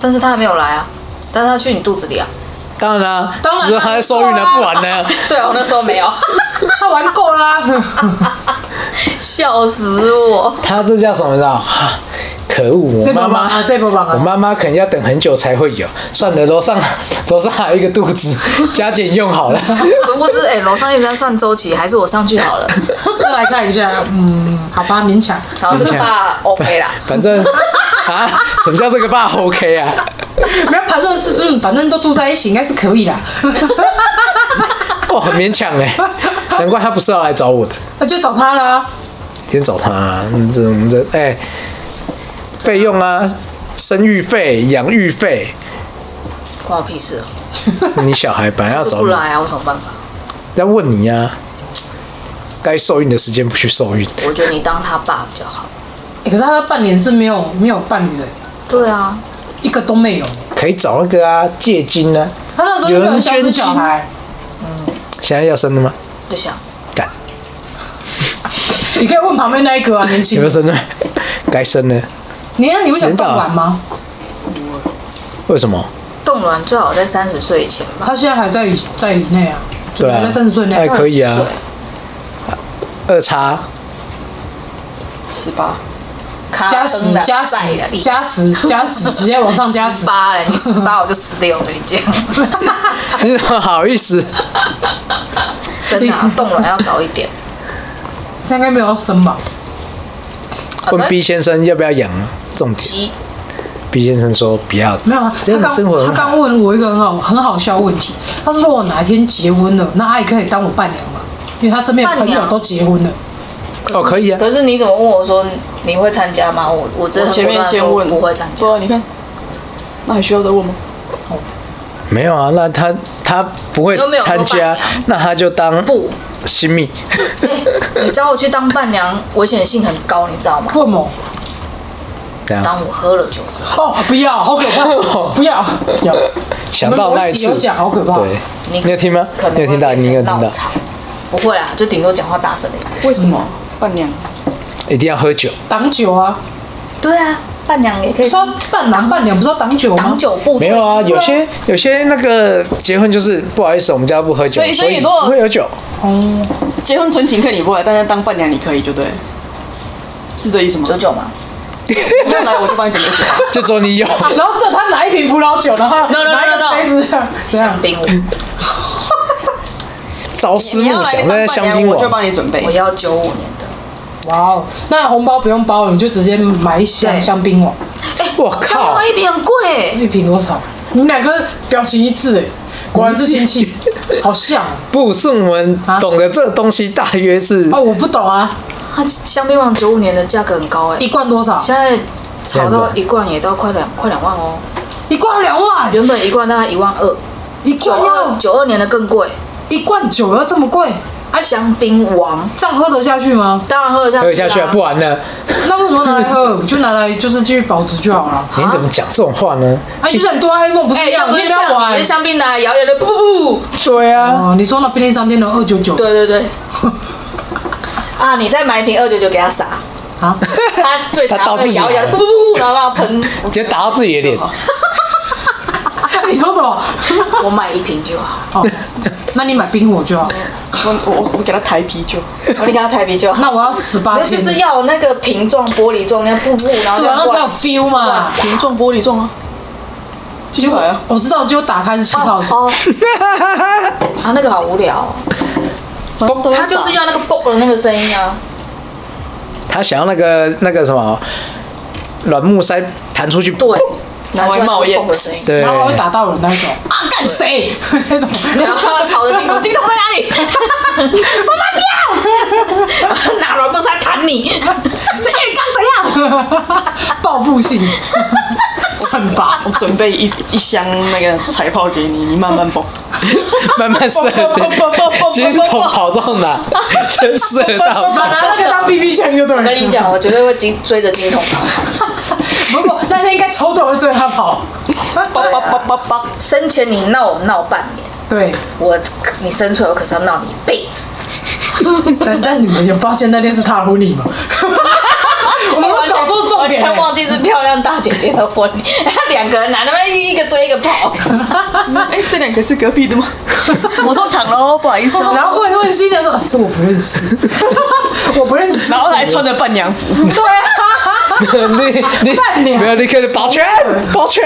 但是他还没有来啊，但是他去你肚子里啊。
当然啦，
当然
只是他在受孕了，不玩了。
对啊，我那时候没 有，
他玩够
啊
啦、
笑死哦我。
他这叫什么？你知道？啊可恶！我
这
妈
波棒
妈
啊，这波棒
我
啊，
妈妈可能要等很久才会有。算了，楼上 楼上还有一个肚子，加减用好了。
殊不知，哎、楼上一直在算周期，还是我上去好 了。
再来看一下，嗯，好吧，勉强。
然后这个爸 OK 啦，
反正啊，什么叫这个爸 OK 啊？
没有盘算是，嗯，反正都住在一起，应该是可以啦。
哦，很勉强哎，难怪他不是要来找我的，
那就找他啊啦。
先找他、啊。嗯这我们这哎，费用啊，生育费、养育费，
关我屁事啊，
你小孩本来要
就
找
不
你，
来啊，我有什么办法？
要问你呀、啊。该受孕的时间不去受孕，
我觉得你当他爸比较好。
欸可是他那半年是没有没有伴侣的，
对啊，
一个都没有。
可以找那个啊，借精啊。
他那时候又没有想生小孩，
现在要生了吗？
不想。
敢，
你可以问旁边那一个啊，年
有
轻
没有。生呢？ 该生了，
你那你会想冻卵吗？
为什么？
冻卵最好在三十岁以前吧。
他现在还在在以内啊，就
对
还
啊
在三十岁，
欸
那也
内。
可以啊
20岁。
二叉
十八，
咔
加
撑
十
的
加
晒
十
的力
加十加十，直接往上 加十。
八了，你十八我就十六，我跟你讲，
你怎么好意思？
真的啊冻卵要早一点。
他应该没有要生吧？
问 B 先生要不要养啊？重点
鸡
，B 先生说不要，
没有啊，
这
他
样的
刚
生活
他
很好。
刚问我一个很好很好笑的问题，他说如果我哪一天结婚了，那阿姨可以当我伴娘吗？因为他身边的朋
伴
友
娘
都结婚了，
哦，可以啊，
可是你怎么问我说你会参加吗？我我真
我
的
前面
果断地
先
说
问，
不会参加
对。啊，你看，那还需要再问吗？
没有啊，那他他不会
都没有说
参加
伴娘，
那他就当
不，
新密，
你找我去当伴娘，危险性很高，你知道吗？
为什么？
这样
当我喝了酒之后，
哦，不要，好可 怕，不要，不要。
想到那一
你们逻辑
次
有，讲好可怕
对
你，
你有听吗
可？能
你有听到？
会变
你
成
有听到
稻？草不会啦，就顶多讲话大声一点。
为什么？伴娘，
一定要喝酒，
挡酒啊，
对啊，伴娘也可
不
以
是要伴郎伴娘，不是要挡酒吗
挡？酒步。
没有啊，有些有些那个结婚就是不好意思，我们家不喝酒，
所以所以如果
不会有酒。
结婚纯情可以你不来，但是当伴娘你可以，就对了，是这意思吗
有？酒吗？
你要来我就帮你准备酒。
就只有你有，
然后这他拿一瓶葡萄酒，然后
no, no,
拿一
no,
个
no.
杯子这样，这
啊
样
香槟我
朝思
你
暮
要来
想，
当
在
伴
香
娘
槟
我就
王。
帮你准备
我。要九五年的。
哇哦，那红包不用包了，你就直接买一箱
对
香槟哦网，
我
哎香槟
靠
王！一瓶很贵欸，
一瓶多少？你们两个表情一致哎，果然是 亲戚，好像哦
不是我们
啊
懂得这东西，大约是
哦，我不懂啊，
它香槟王九五年的价格很高哎
一，罐多少？
现在炒到一罐也到快两快两万哦，
一罐两万，
原本一罐大概一万二，
一
九
罐
二
要
九二年的更贵。
一罐酒要这么贵，
啊，香槟王
这样喝得下去吗？
当然喝得下去、啊，
喝下去啊，不玩了。
那为什么拿来 喝？就拿来就是继续保值就好了。
你怎么讲这种话呢？
啊，就像哆啦 A 梦不是
哎、
一
要
样，
不
你
就
不要
像你
玩
的。香槟拿摇摇的，不不不，
对啊，
哦，你说那便利商店的二九九
对对 对。啊！你再买一瓶二九九给他洒，
啊？
他最想
他
要
倒自
会
己
摇摇的，
来
不不不，然后让他喷。
就打到自己的脸。
你说什么？
我买一瓶就好，
哦，那你买冰火就好。
我我我给他抬啤酒，
我你给他台啤就好。
那我要十八
没有
天，
就是要有那个瓶状、玻璃状，那样布布，然后
对
这
啊，
样
那才有
挂
feel 嘛。
瓶撞玻璃撞啊，
结
进
果
来啊，
我知道，结果打开是气泡水，
哦，啊，那个好无聊、哦，他就是要那个嘣的那个声音啊，
他想要那个那个什么软木塞弹出去，
对，
然后会冒烟
嘣的声音，
对
然后会打到人那种啊，干谁那种，
然后吵着镜头，镜头在哪里？我妈不要， 哪软木塞弹你？谁叫你刚怎样？
报复性。办法。
我准备一一箱那个彩炮给你，你慢慢 蹦。
慢慢射的，金桶跑到哪，就射到
把
哪。
拿那个当 BB 枪就对了。
我跟你讲，我绝对会追追着金童跑。
不不，那天应该抽头会追他跑。
叭叭叭叭叭，
生前你闹我闹半年，
对，
我你生出来我可是要闹你一辈 子。
但但你们有发现那天是他的婚礼吗？我们
完
都
全
搞错重点欸
完全
了。
忘记是漂亮大姐姐的婚礼， 两个人男的一个追一个跑，
哎，这两个是隔壁的 吗？摩托厂喽，不好意思哦。
然后问问新娘说：“啊是我不认识，我不认识。”
然后还穿着伴娘服，
对啊，
你你
伴娘
没有立刻就保全保全，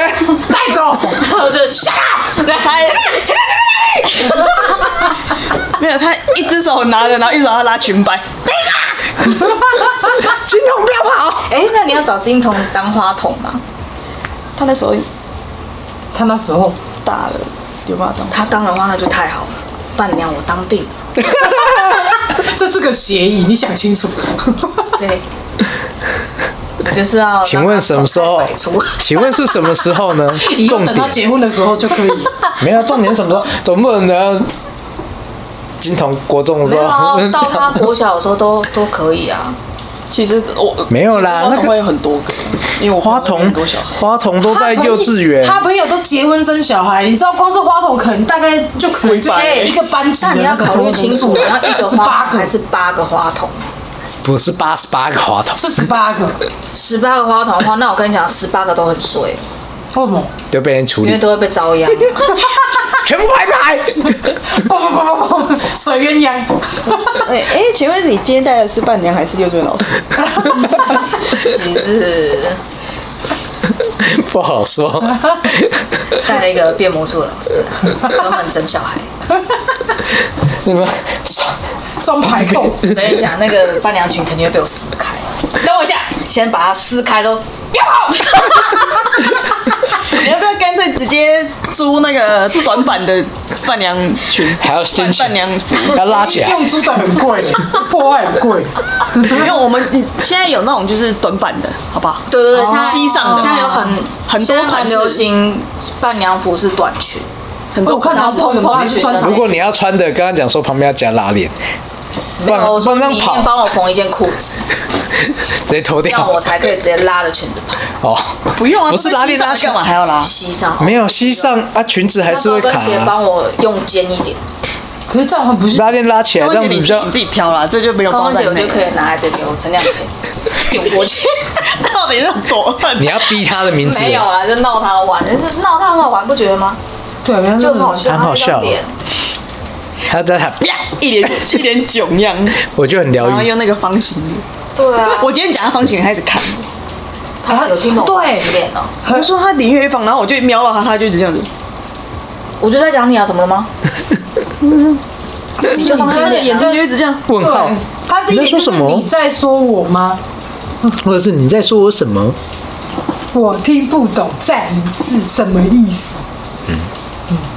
带走。
然后就 shut up，来，
没有，他一只手拿着，然后一手要拉裙摆。
金桶不要跑。
哎，那你要找金童当花筒吗？
他那手
他那时候
大了，有办法当。
他当的话那就太好了，伴娘我当定了。
这是个协议，你想清楚。
对，我就是要。
请问什么时候
百出？？
请问是什么时候呢？
以后
重
等到
点
结婚的时候就可以。
没有重点什么时候？总不能等到金童国中的时
没有啊
候，
到他国小的时 候都都可以啊。
其实我
没有啦
其实花
那
筒
个
会有很多个，因为我
花
很
童
多小孩。
花童都在
他朋
幼
友
稚园，
他朋友都结婚生小孩，你知道光是花筒可能大概就可能就哎
会
对，
一个班级的
但你要
那个
考虑清楚，你要一个
十八
花
个
筒还是八个花筒？
不是八十八个花童，
是十八个，
十八个花筒的话，那我跟你讲，十八个都很衰，
为什么？
就被人处
因为
理，
都会被遭殃。
全部拜拜。
不不不不不，水鸳鸯，
哎哎，请问你今天带的是伴娘还是幼稚园老师？
其实
不好说，
带了一个变魔术的老师啊，专门整小孩。
你们
双排 扣，
我跟你讲，那个伴娘裙肯定会被我撕开。等我一下，先把它撕开都，不要跑！
你要不要干脆直接租那个短版的伴娘裙，
还要先
伴伴娘 服？
要拉起来，
用珠的很贵的，破坏很贵。
因为我们你现在有那种就是短版的，好不好？
对对对，现在
西上的
哦现在有很
很多
现在蛮
款式
流行伴娘服是短裙，
很
我
多
看到破的话是穿长
如，果你要穿的，刚刚讲说旁边要加拉链，不
没
然
有我
不
说
然这
里
样
面
跑
帮我缝一件裤子，
直接脱
这样
掉
我才可以直接拉着裙子跑。
哦。
不用啊，
不是
都
拉链
西上
拉
的
起
干嘛
来，
还要拉？
西上
没有膝上啊，裙子还
那
是
高
会
跟
卡
鞋
啊。
帮我用尖一点，
可是这样很不是
拉链拉起来，这样子比
你自己
较
你自己挑啦，这就没有
高
包
跟
在
鞋我
内
就。可以拿来这边，我陈亮可以 丢过 去。
到底是多恨
你？要逼他的名字，
没有啦，就闹他玩，但是闹他很好玩，不觉得吗？
对，人家
就
真
很好
的是
笑，
蛮好笑的
他那
啊
张脸
他在喊，
呀，一脸一脸 囧样，
我就很疗
然后
愈。
用那个方形。
对啊，
我今天讲他方形，他一直看我。
他有听懂我的洗脸哦。
我说他脸越来越方，然后我就瞄到他，他就一直这样子。
我就在讲你啊，怎么了吗？ 你就放
他
心
的
脸
眼
啊，
睛就一直这样。
问号
对，，他第一
你在说
点就是
什么
你在说我吗？
或者是你在说我什么？
我听不懂再一次什么意思？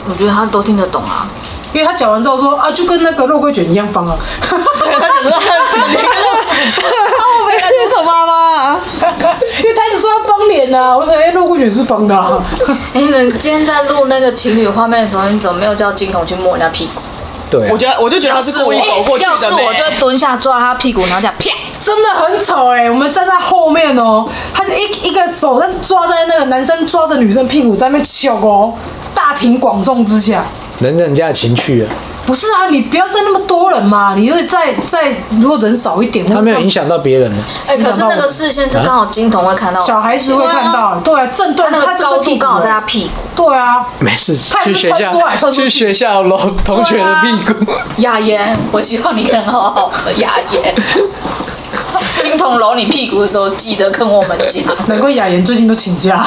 我觉得他都听得懂啊。
因为他讲完之后说啊，就跟那个肉桂卷一样 方啊，
对他想说他整脸，我没看清楚妈妈。
因为他一直说要方脸啊，我说哎，肉桂卷是方的、啊，
哎， 你们今天在录那个情侣画面的时候，你怎么没有叫金童去摸人家屁股？
对啊
我，觉得我就觉得他是故意走过去
要是
的
我要是我就
呗。
会蹲下抓他屁股，然后这样啪。
真的很丑哎、我们站在后面哦，他是一一个手在抓在那个男生抓着女生屁股在那边翘哦，大庭广众之下。
能人家的情趣啊，
不是啊，你不要再那么多人嘛！你就是再再，如果人少一点，
他没有
或者
影响到别人了。
哎，可是那个视线是刚好
啊
金童会看到我，
小孩子会看到，对啊，正对
他那
他
个
这
高
屁
度
股
刚好在他屁股。
对啊，
没事，
他
去
也是
学
穿出来
校，
穿出
去
去
学校搂同学的屁股，
雅妍，我希望你能好好的雅妍。 金童揉你屁股的时候，记得跟我们讲。
难怪雅妍最近都请 假，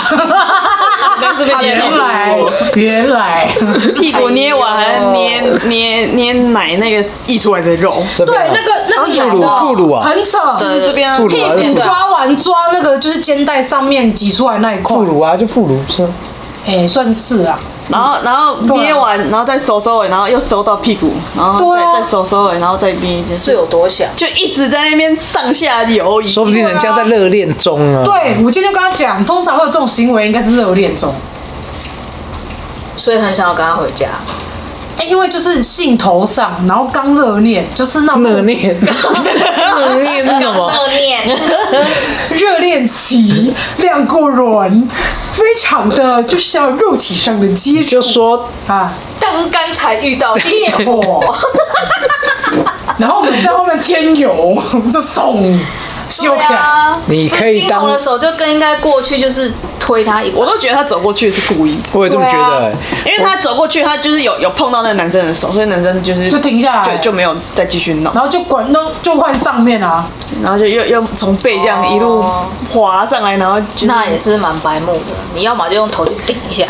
但 是被你
原来原来，
屁股捏完，还捏捏捏奶那个溢出来的肉，
这
对
边啊
那个那
哦
个
有
痒的
副乳副乳啊
很扯，
对
这边啊
副乳
屁
还是
股
副乳
抓完抓那个就是肩带上面挤出来那一块
副，乳啊，就副乳是吗
哎，算是啊，
然后然后
对啊
捏完，然后再收收尾，然后又收到屁股，然后再、
对啊
再收收尾，然后再捏一
是
件，
有多想？
就一直在那边上下游移。
说不定人家在热恋中啊。
对，我今天就跟他讲，通常会有这种行为，应该是热恋中。
所以很想要跟他回家。
哎、因为就是兴头上，然后刚热恋，就是那种
热恋， 热恋是什么？
恶念，
热恋期，两个人非常的就是要肉体上的接触，
就说
啊，
刚刚才遇到
烈
烈
火，然后我们在后面添油，这送修
对
起来。
啊，
你可以当
所金童的手就更应该过去，就是推他一把。
我都觉得他走过去是故意，
我也这么觉
对
得、
啊
因为他走过去，他就是有有碰到那个男生的手，所以男生就是
就停下来
就就没有再继续闹，
然后就管弄，就换上面啊，
然后就又又从背这样一路
哦
滑上来，然后就
那也是蛮白目的，你要么就用头去顶一下，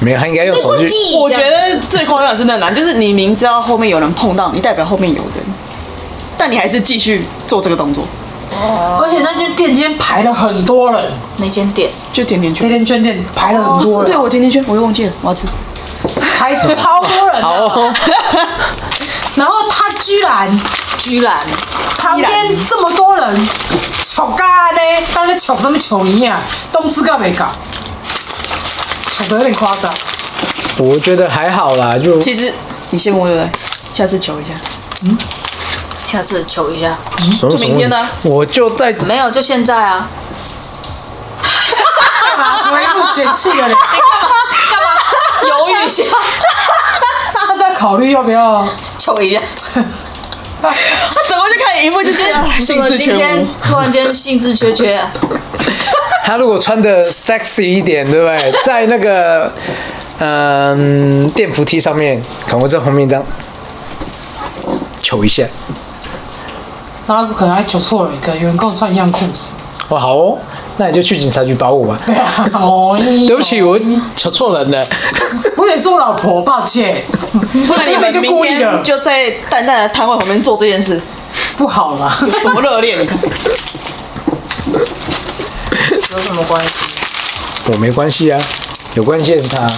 没有，他应该用手去。
哦我觉得最夸张的是那个男，就是你明知道后面有人碰到你，代表后面有人，但你还是继续做这个动作，哦
而且那间店今天排了很多人，
那间店
就甜甜
甜
圈。
甜圈店排了很多
对，
人，
我甜甜圈，我又忘记了，我要吃。
排超多人、
好、
啊。
哦，
然后他居然
居然
旁边这么多人，吵咖呢，当然吵什么吵你啊，东吃干没搞，吵得有点夸张。
我觉得还好啦，就
其实你羡慕对不对？下次求一下，
下次求一下，
什么
就明天呢
什么我就在
没有就现在 啊，
干
啊
嘛？怎么一副嫌弃 的脸？
干嘛犹豫一下，
他在考虑要不要
求 一下？
他走过去看荧 幕就是啊
怎
兴
么
致
今
全
天
无。
突然间兴致缺缺啊？
他如果穿的 sexy 一点，对不 对？在那个嗯电扶梯上面，可能会在后面这样求一下。
然后可能还求错了一个，有人跟我穿一样裤子。
哦，好哦，那你就去警察局保我吧。
对啊，哦，
对不起，我求哎错人了。
我也是我老婆，抱歉。
不然你
根本
们
就
明
故意的
天，就在淡淡的摊位旁边做这件事，
不好 嘛。
多热烈！你看，
有什么关系？
我没关系啊，有关系的是他。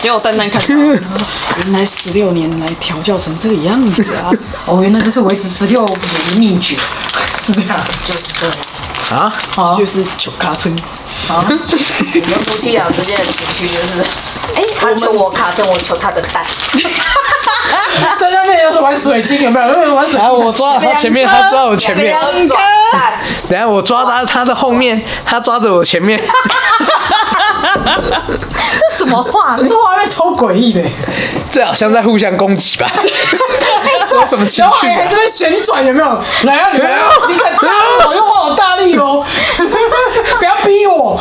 结果淡淡看到， 原来十六年来调教成这个样子 啊！
哦，原来这是维持十六年的秘诀， 是这样。
就是这样，
啊，
好
就是求卡称。
你们夫妻俩之间的情绪就是，哎、 他求我卡车，我求他的蛋，
在那边有什么玩水晶有没有？有没有玩水
然
晶？
后哎我抓了他前面，他抓我前面。
我转蛋，
等一下我抓他他的后面，他抓着我前面。
这什么话？
这个画面超诡异的，
这好像在互相攻击吧？ 这有什么情
然后
绪、
还还
啊
这？边旋转，有没有？来啊，你们你敢大力我就画我大力 哦，不要逼我，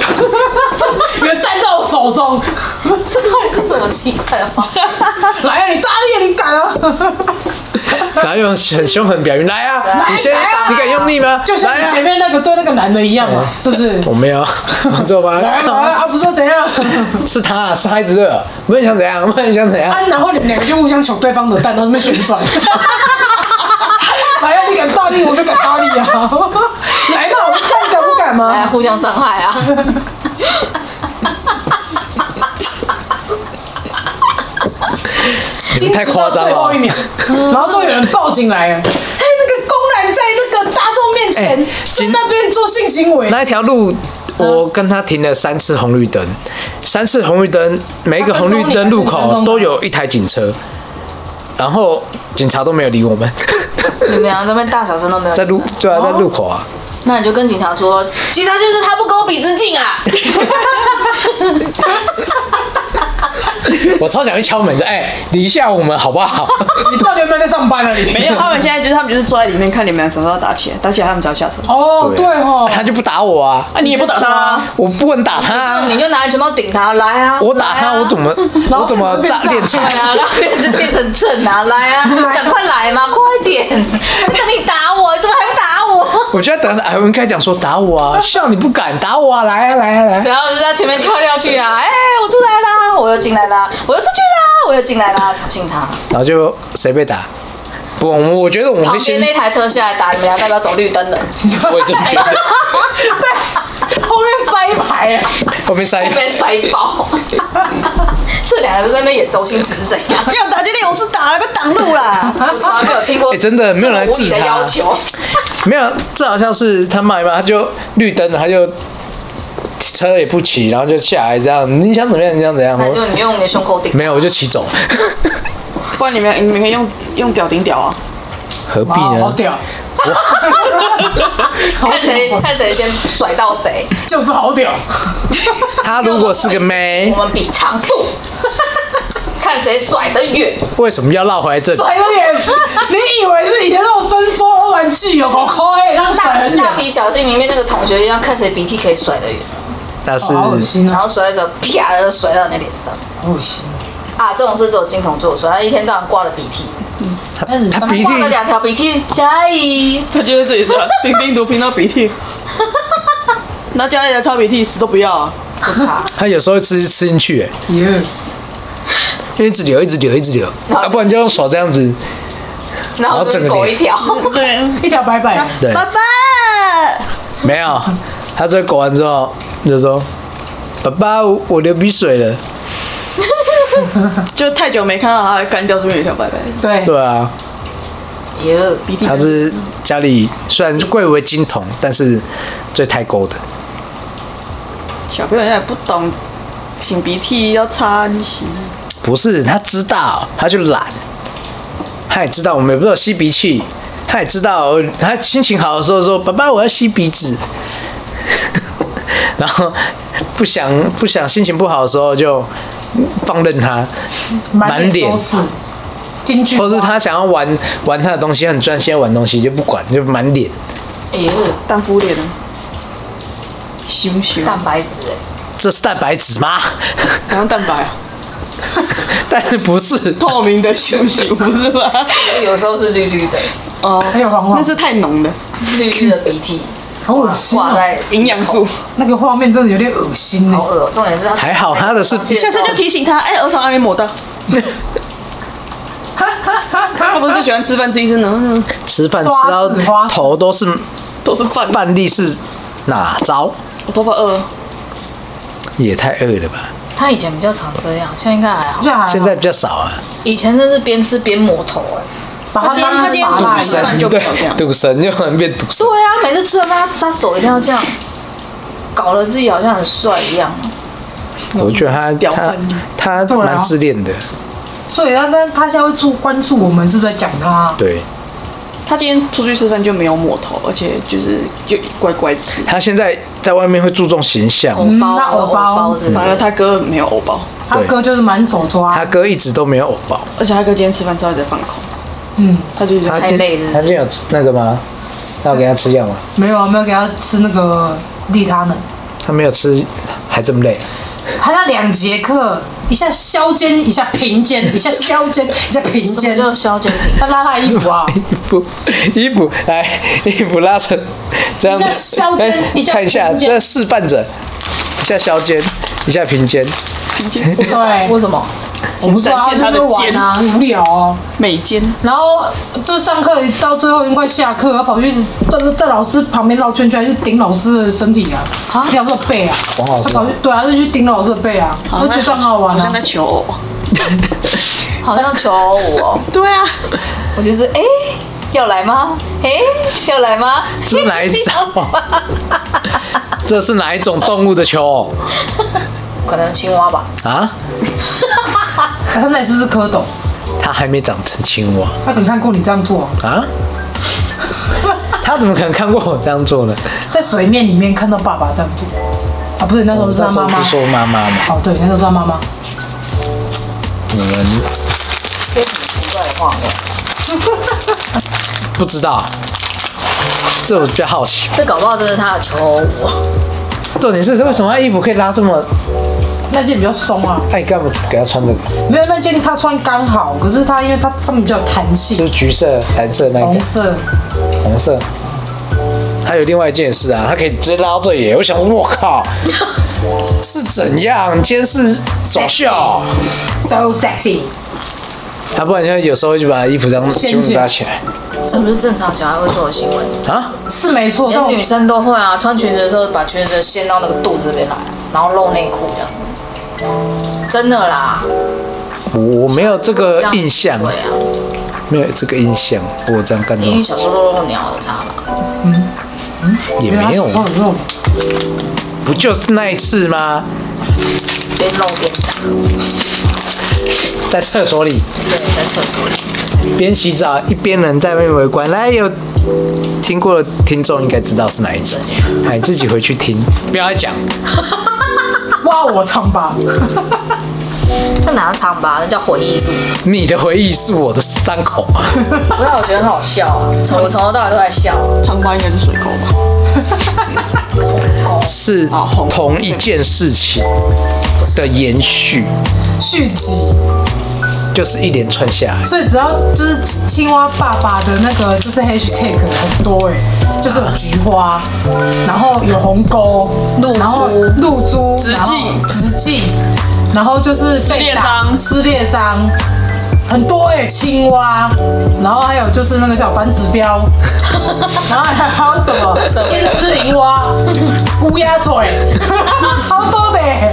你的蛋在我手中，
这到底是什么奇怪 的话？
来啊，你大力，你敢啊？
然后用很凶狠的表情，来啊！你先
来啊，
你敢用力吗？
就像
来
你
啊
前面那个对那个男的一样嘛，是不是？
我没有， 我做吗？
来啊来啊，啊不说怎样啊，
是他，是他一直热，不然你想怎样？不然你想怎样？
然后你们两个就互相求对方的蛋，然后在那边旋转。来啊，你敢大力，我就敢大力啊！来吧，我们看敢不敢
哎，
吗？
互相伤害 啊！
你们太夸张
最后一
了。
秒，然后终于有人报警来了。哎，那个公然在那个大众面前
哎
在那边做性行 为，
那一条路，
嗯
我跟他停了三次红绿灯，三次红绿灯，每一个红绿
啊
灯路口都有一台警车，然后警察都没有理我 们，
你们俩这边大小声都没有，
在路对
哦
啊，在路口啊。
那你就跟警察说，警察就是他不跟我比直径啊！
我超想去敲门的，哎、理一下我们好不好？
哦
你到底有没有在上班啊？你
没有，他们现在就是他们就是坐在里面看你们俩什么时候打起来，打起来他们才要下车。
哦，对哦，
他就不打我啊，
啊啊，你也不打他啊。
我不能打他、啊，
你就拿着拳头顶他，来啊！
我打他，
来啊
我怎么我怎么炸练
对
财？
啊，然后就变成正啊，来 啊，赶快来嘛，快点！ 等你打我，你怎么还不打我？
我觉得等哎，我应该讲说打我啊，笑你不敢打我啊，来啊来啊来啊，
然后我就在前面跳跳去啊，哎、我出来啦，我又进来啦，我又出去啦，我又进来啦，挑衅他。
然后就谁被打？不，我我觉得我们
旁
先
边，那台车下来打你们俩，代表走绿灯了。
我也这么觉得。
后面塞一排啊，
后面塞一排
被塞爆。 这两个人在那演周星驰是怎样？
要打就用是打了，不要挡路啦。
我从来没有听过、
欸真的没有人来
这么无理
治
的
他
要求。
没有，这好像是他骂一骂，他就绿灯了，他就车也不骑，然后就下来这样，你想怎么样？你想怎样？
那就
我
你用你的胸口顶，
没有，我就骑走，
不然你们你们可以用用屌顶屌啊。
何必
哇，好
呢？
屌，
看谁看谁先甩到谁。
就是好屌，
他如果是个妹
我，们比长度， 看谁甩得远。
为什么要绕回来这里？
甩的也是，你以为是以前那种伸缩哦玩具有好抠哎，让甩
蜡
很
蜡
远，
笔小新里面那个同学一样，看谁鼻涕可以甩得远，
但是
好恶心
然
啊，
后甩着啪的甩到你的脸上
好恶心。
啊！这种事只有金童做得出来，他一天到晚挂着鼻涕，
他
但是
他
他
鼻涕
挂着两条鼻涕，加一
他就在这里这样拼病毒拼到鼻 涕，拿家里的擦鼻涕死都不要啊！
不擦，
他有时候会吃吃进去，欸
耶，
就一直流，一直流，一直流，
然后
啊，不然就用手这样子。
然后这边狗一条，
对，啊
一条白白，
对，
爸爸，
没有，他这狗完之后就说：“爸爸，我我流鼻水了。
哎
就太久没看到他干掉这边有一条白白，
对”，
对啊，
哟，
鼻涕
他是家里虽然贵为金童，但是最太狗的。
小朋友现在不懂，擤鼻涕要擦你洗，
不是，他知道，他就懒，他也知道我们也不是有吸鼻器，他也知道，他心情好的时候说：“爸爸，我要吸鼻子。” 然后不想不想心情不好的时候就放任他，
满
满脸
脸都是京剧，
或是他想要玩玩他的东西，很专心地玩东西就不管，就满脸。
哎呦，
蛋敷脸啊，羞羞，
蛋白质哎，
这是蛋白质吗？
然后蛋白啊
但是不是？
透明的羞羞不是吧？
哎有时候是绿绿的，
哦，
还有黄黄
那是太浓的
绿绿的鼻涕
好恶心
挂
哦，
在，
营养素。
那个画面真的有点恶心
好
呢。
恶，重点是它
还好他的是
下次就提醒他，哎、儿童还没抹到。他不是最喜欢吃饭，自己是能
吃饭吃到
花式
头都是
都是饭。
饭粒是哪招？
我头发饿了，
也太饿了吧！
他以前比较常这样，现在应该还好
就。还好
现在比较少啊，
以前真是边吃边抹头哎、
把
他今天
当
他今天
麻
煮
辣
饭
一样
饭就不
对
要这样，
赌神就很变赌神
对，啊，每次吃完饭他他手一定要这样，搞得自己好像很帅一样。
我觉得他
屌
他
喷
他
对啊
蛮自恋的，
所以他在他现在会注关注我们是不是在讲他、
对
他今天出去吃饭就没有抹头，而且就是就乖乖吃。
他现在在外面会注重形象
藕，包，
那
藕
藕包
包是吧？
反而他哥没有欧包，
他哥就是满手抓
他，哥一直都没有偶包，
而且他哥今天吃饭之后一直在放空，
嗯，
他就觉
他
得
今
累了
他今天有吃那个吗？他有给他吃药吗？
没有啊，没有给他吃那个利他能，
他没有吃，还这么累，
他那两节课，一下削肩，一下平肩，一下削肩，一下平
什么
肩，
叫削肩平？
他拉他衣服啊，
衣服衣服来衣服拉成这样
一下削
子，
肩
来
一下
看一下
平肩
这示范者，一下削肩，一下平 肩，
平肩
对，
为什么？
我不知道，他
展现
在
他
那
的
边玩啊，无聊哦。
美肩，
然后就上课到最后已经快下课，他跑去一直在在老师旁边绕圈圈，就顶老师的身体啊，顶老师的背啊，
王老师
他
啊
跑去对啊，他就去顶老师的背啊，我就觉得这样好好玩
好像
啊
在。求偶。
好像求偶舞哦，
对啊，
我就是哎、要来吗？哎、要来吗？
这是哪一招？这是哪一种动物的球偶
可能青蛙吧。
啊？
他那也是蝌蚪，
它还没长成青蛙
他可能看过你这样做啊，
啊？ 它怎么可能看过我这样做呢？
在水面里面看到爸爸这样做啊，不是那时候是他
哦那时
妈
候
妈
不。说妈妈嘛，
哦，对，那时候是他妈妈。
你们
这是什么奇怪的画面？
不知道，这我比较好奇。
这搞不好这是他的求偶舞。
重点是为什么他衣服可以拉这么？
那件比较松啊，
哎，干嘛给他穿这个？
没有那件他穿刚好，可是他因为他上面比较有弹
就
性，
是橘色、蓝色那
红
个
色，
红色。还有另外一件事啊，他可以直接拉到这里。我想，我 靠，是怎样？你今天是走秀？
so sexy。
他不然就有时候就把衣服这样
掀
胸
起
部
来
拉起来，
这不是正常小孩会做的行为，
啊，
是没错，但
连
我
女生都会啊。穿裙子的时候把裙子掀到那个肚子这边来，然后露内裤这样子，真的啦。
我我没有这个印象，
对啊，
没有这个印象，我这样干这
因
种
为
事
小时候都露鸟儿叉嘛，
也
原来
没有
小，时候有这种
不就是那一次吗？
边露边打。
在厕所里
对，在厕所里。
边洗澡一边人在外面围观，来有听过的听众应该知道是哪一集，哎，自己回去听，不要再讲。
挖我疮疤，
那哪长吧，那叫回忆录。
你的回忆是我的伤口，
不要，我觉得很好笑啊，从我从头到尾都在笑。
长发应该是水沟吧？
是
哦红
同一件事情的延续，
续集。
就是一连串下来。
所以只要就是青蛙爸爸的那个就是 hashtag 很多哎、就是有菊花，然后有红沟，
露珠
然后露珠，
直
然后
径
直径，然后就是撕
裂伤
撕裂伤。很多哎、青蛙，然后还有就是那个叫反指 标，然后还有什么
什么
先知林 蛙、乌鸦嘴，超多的、欸。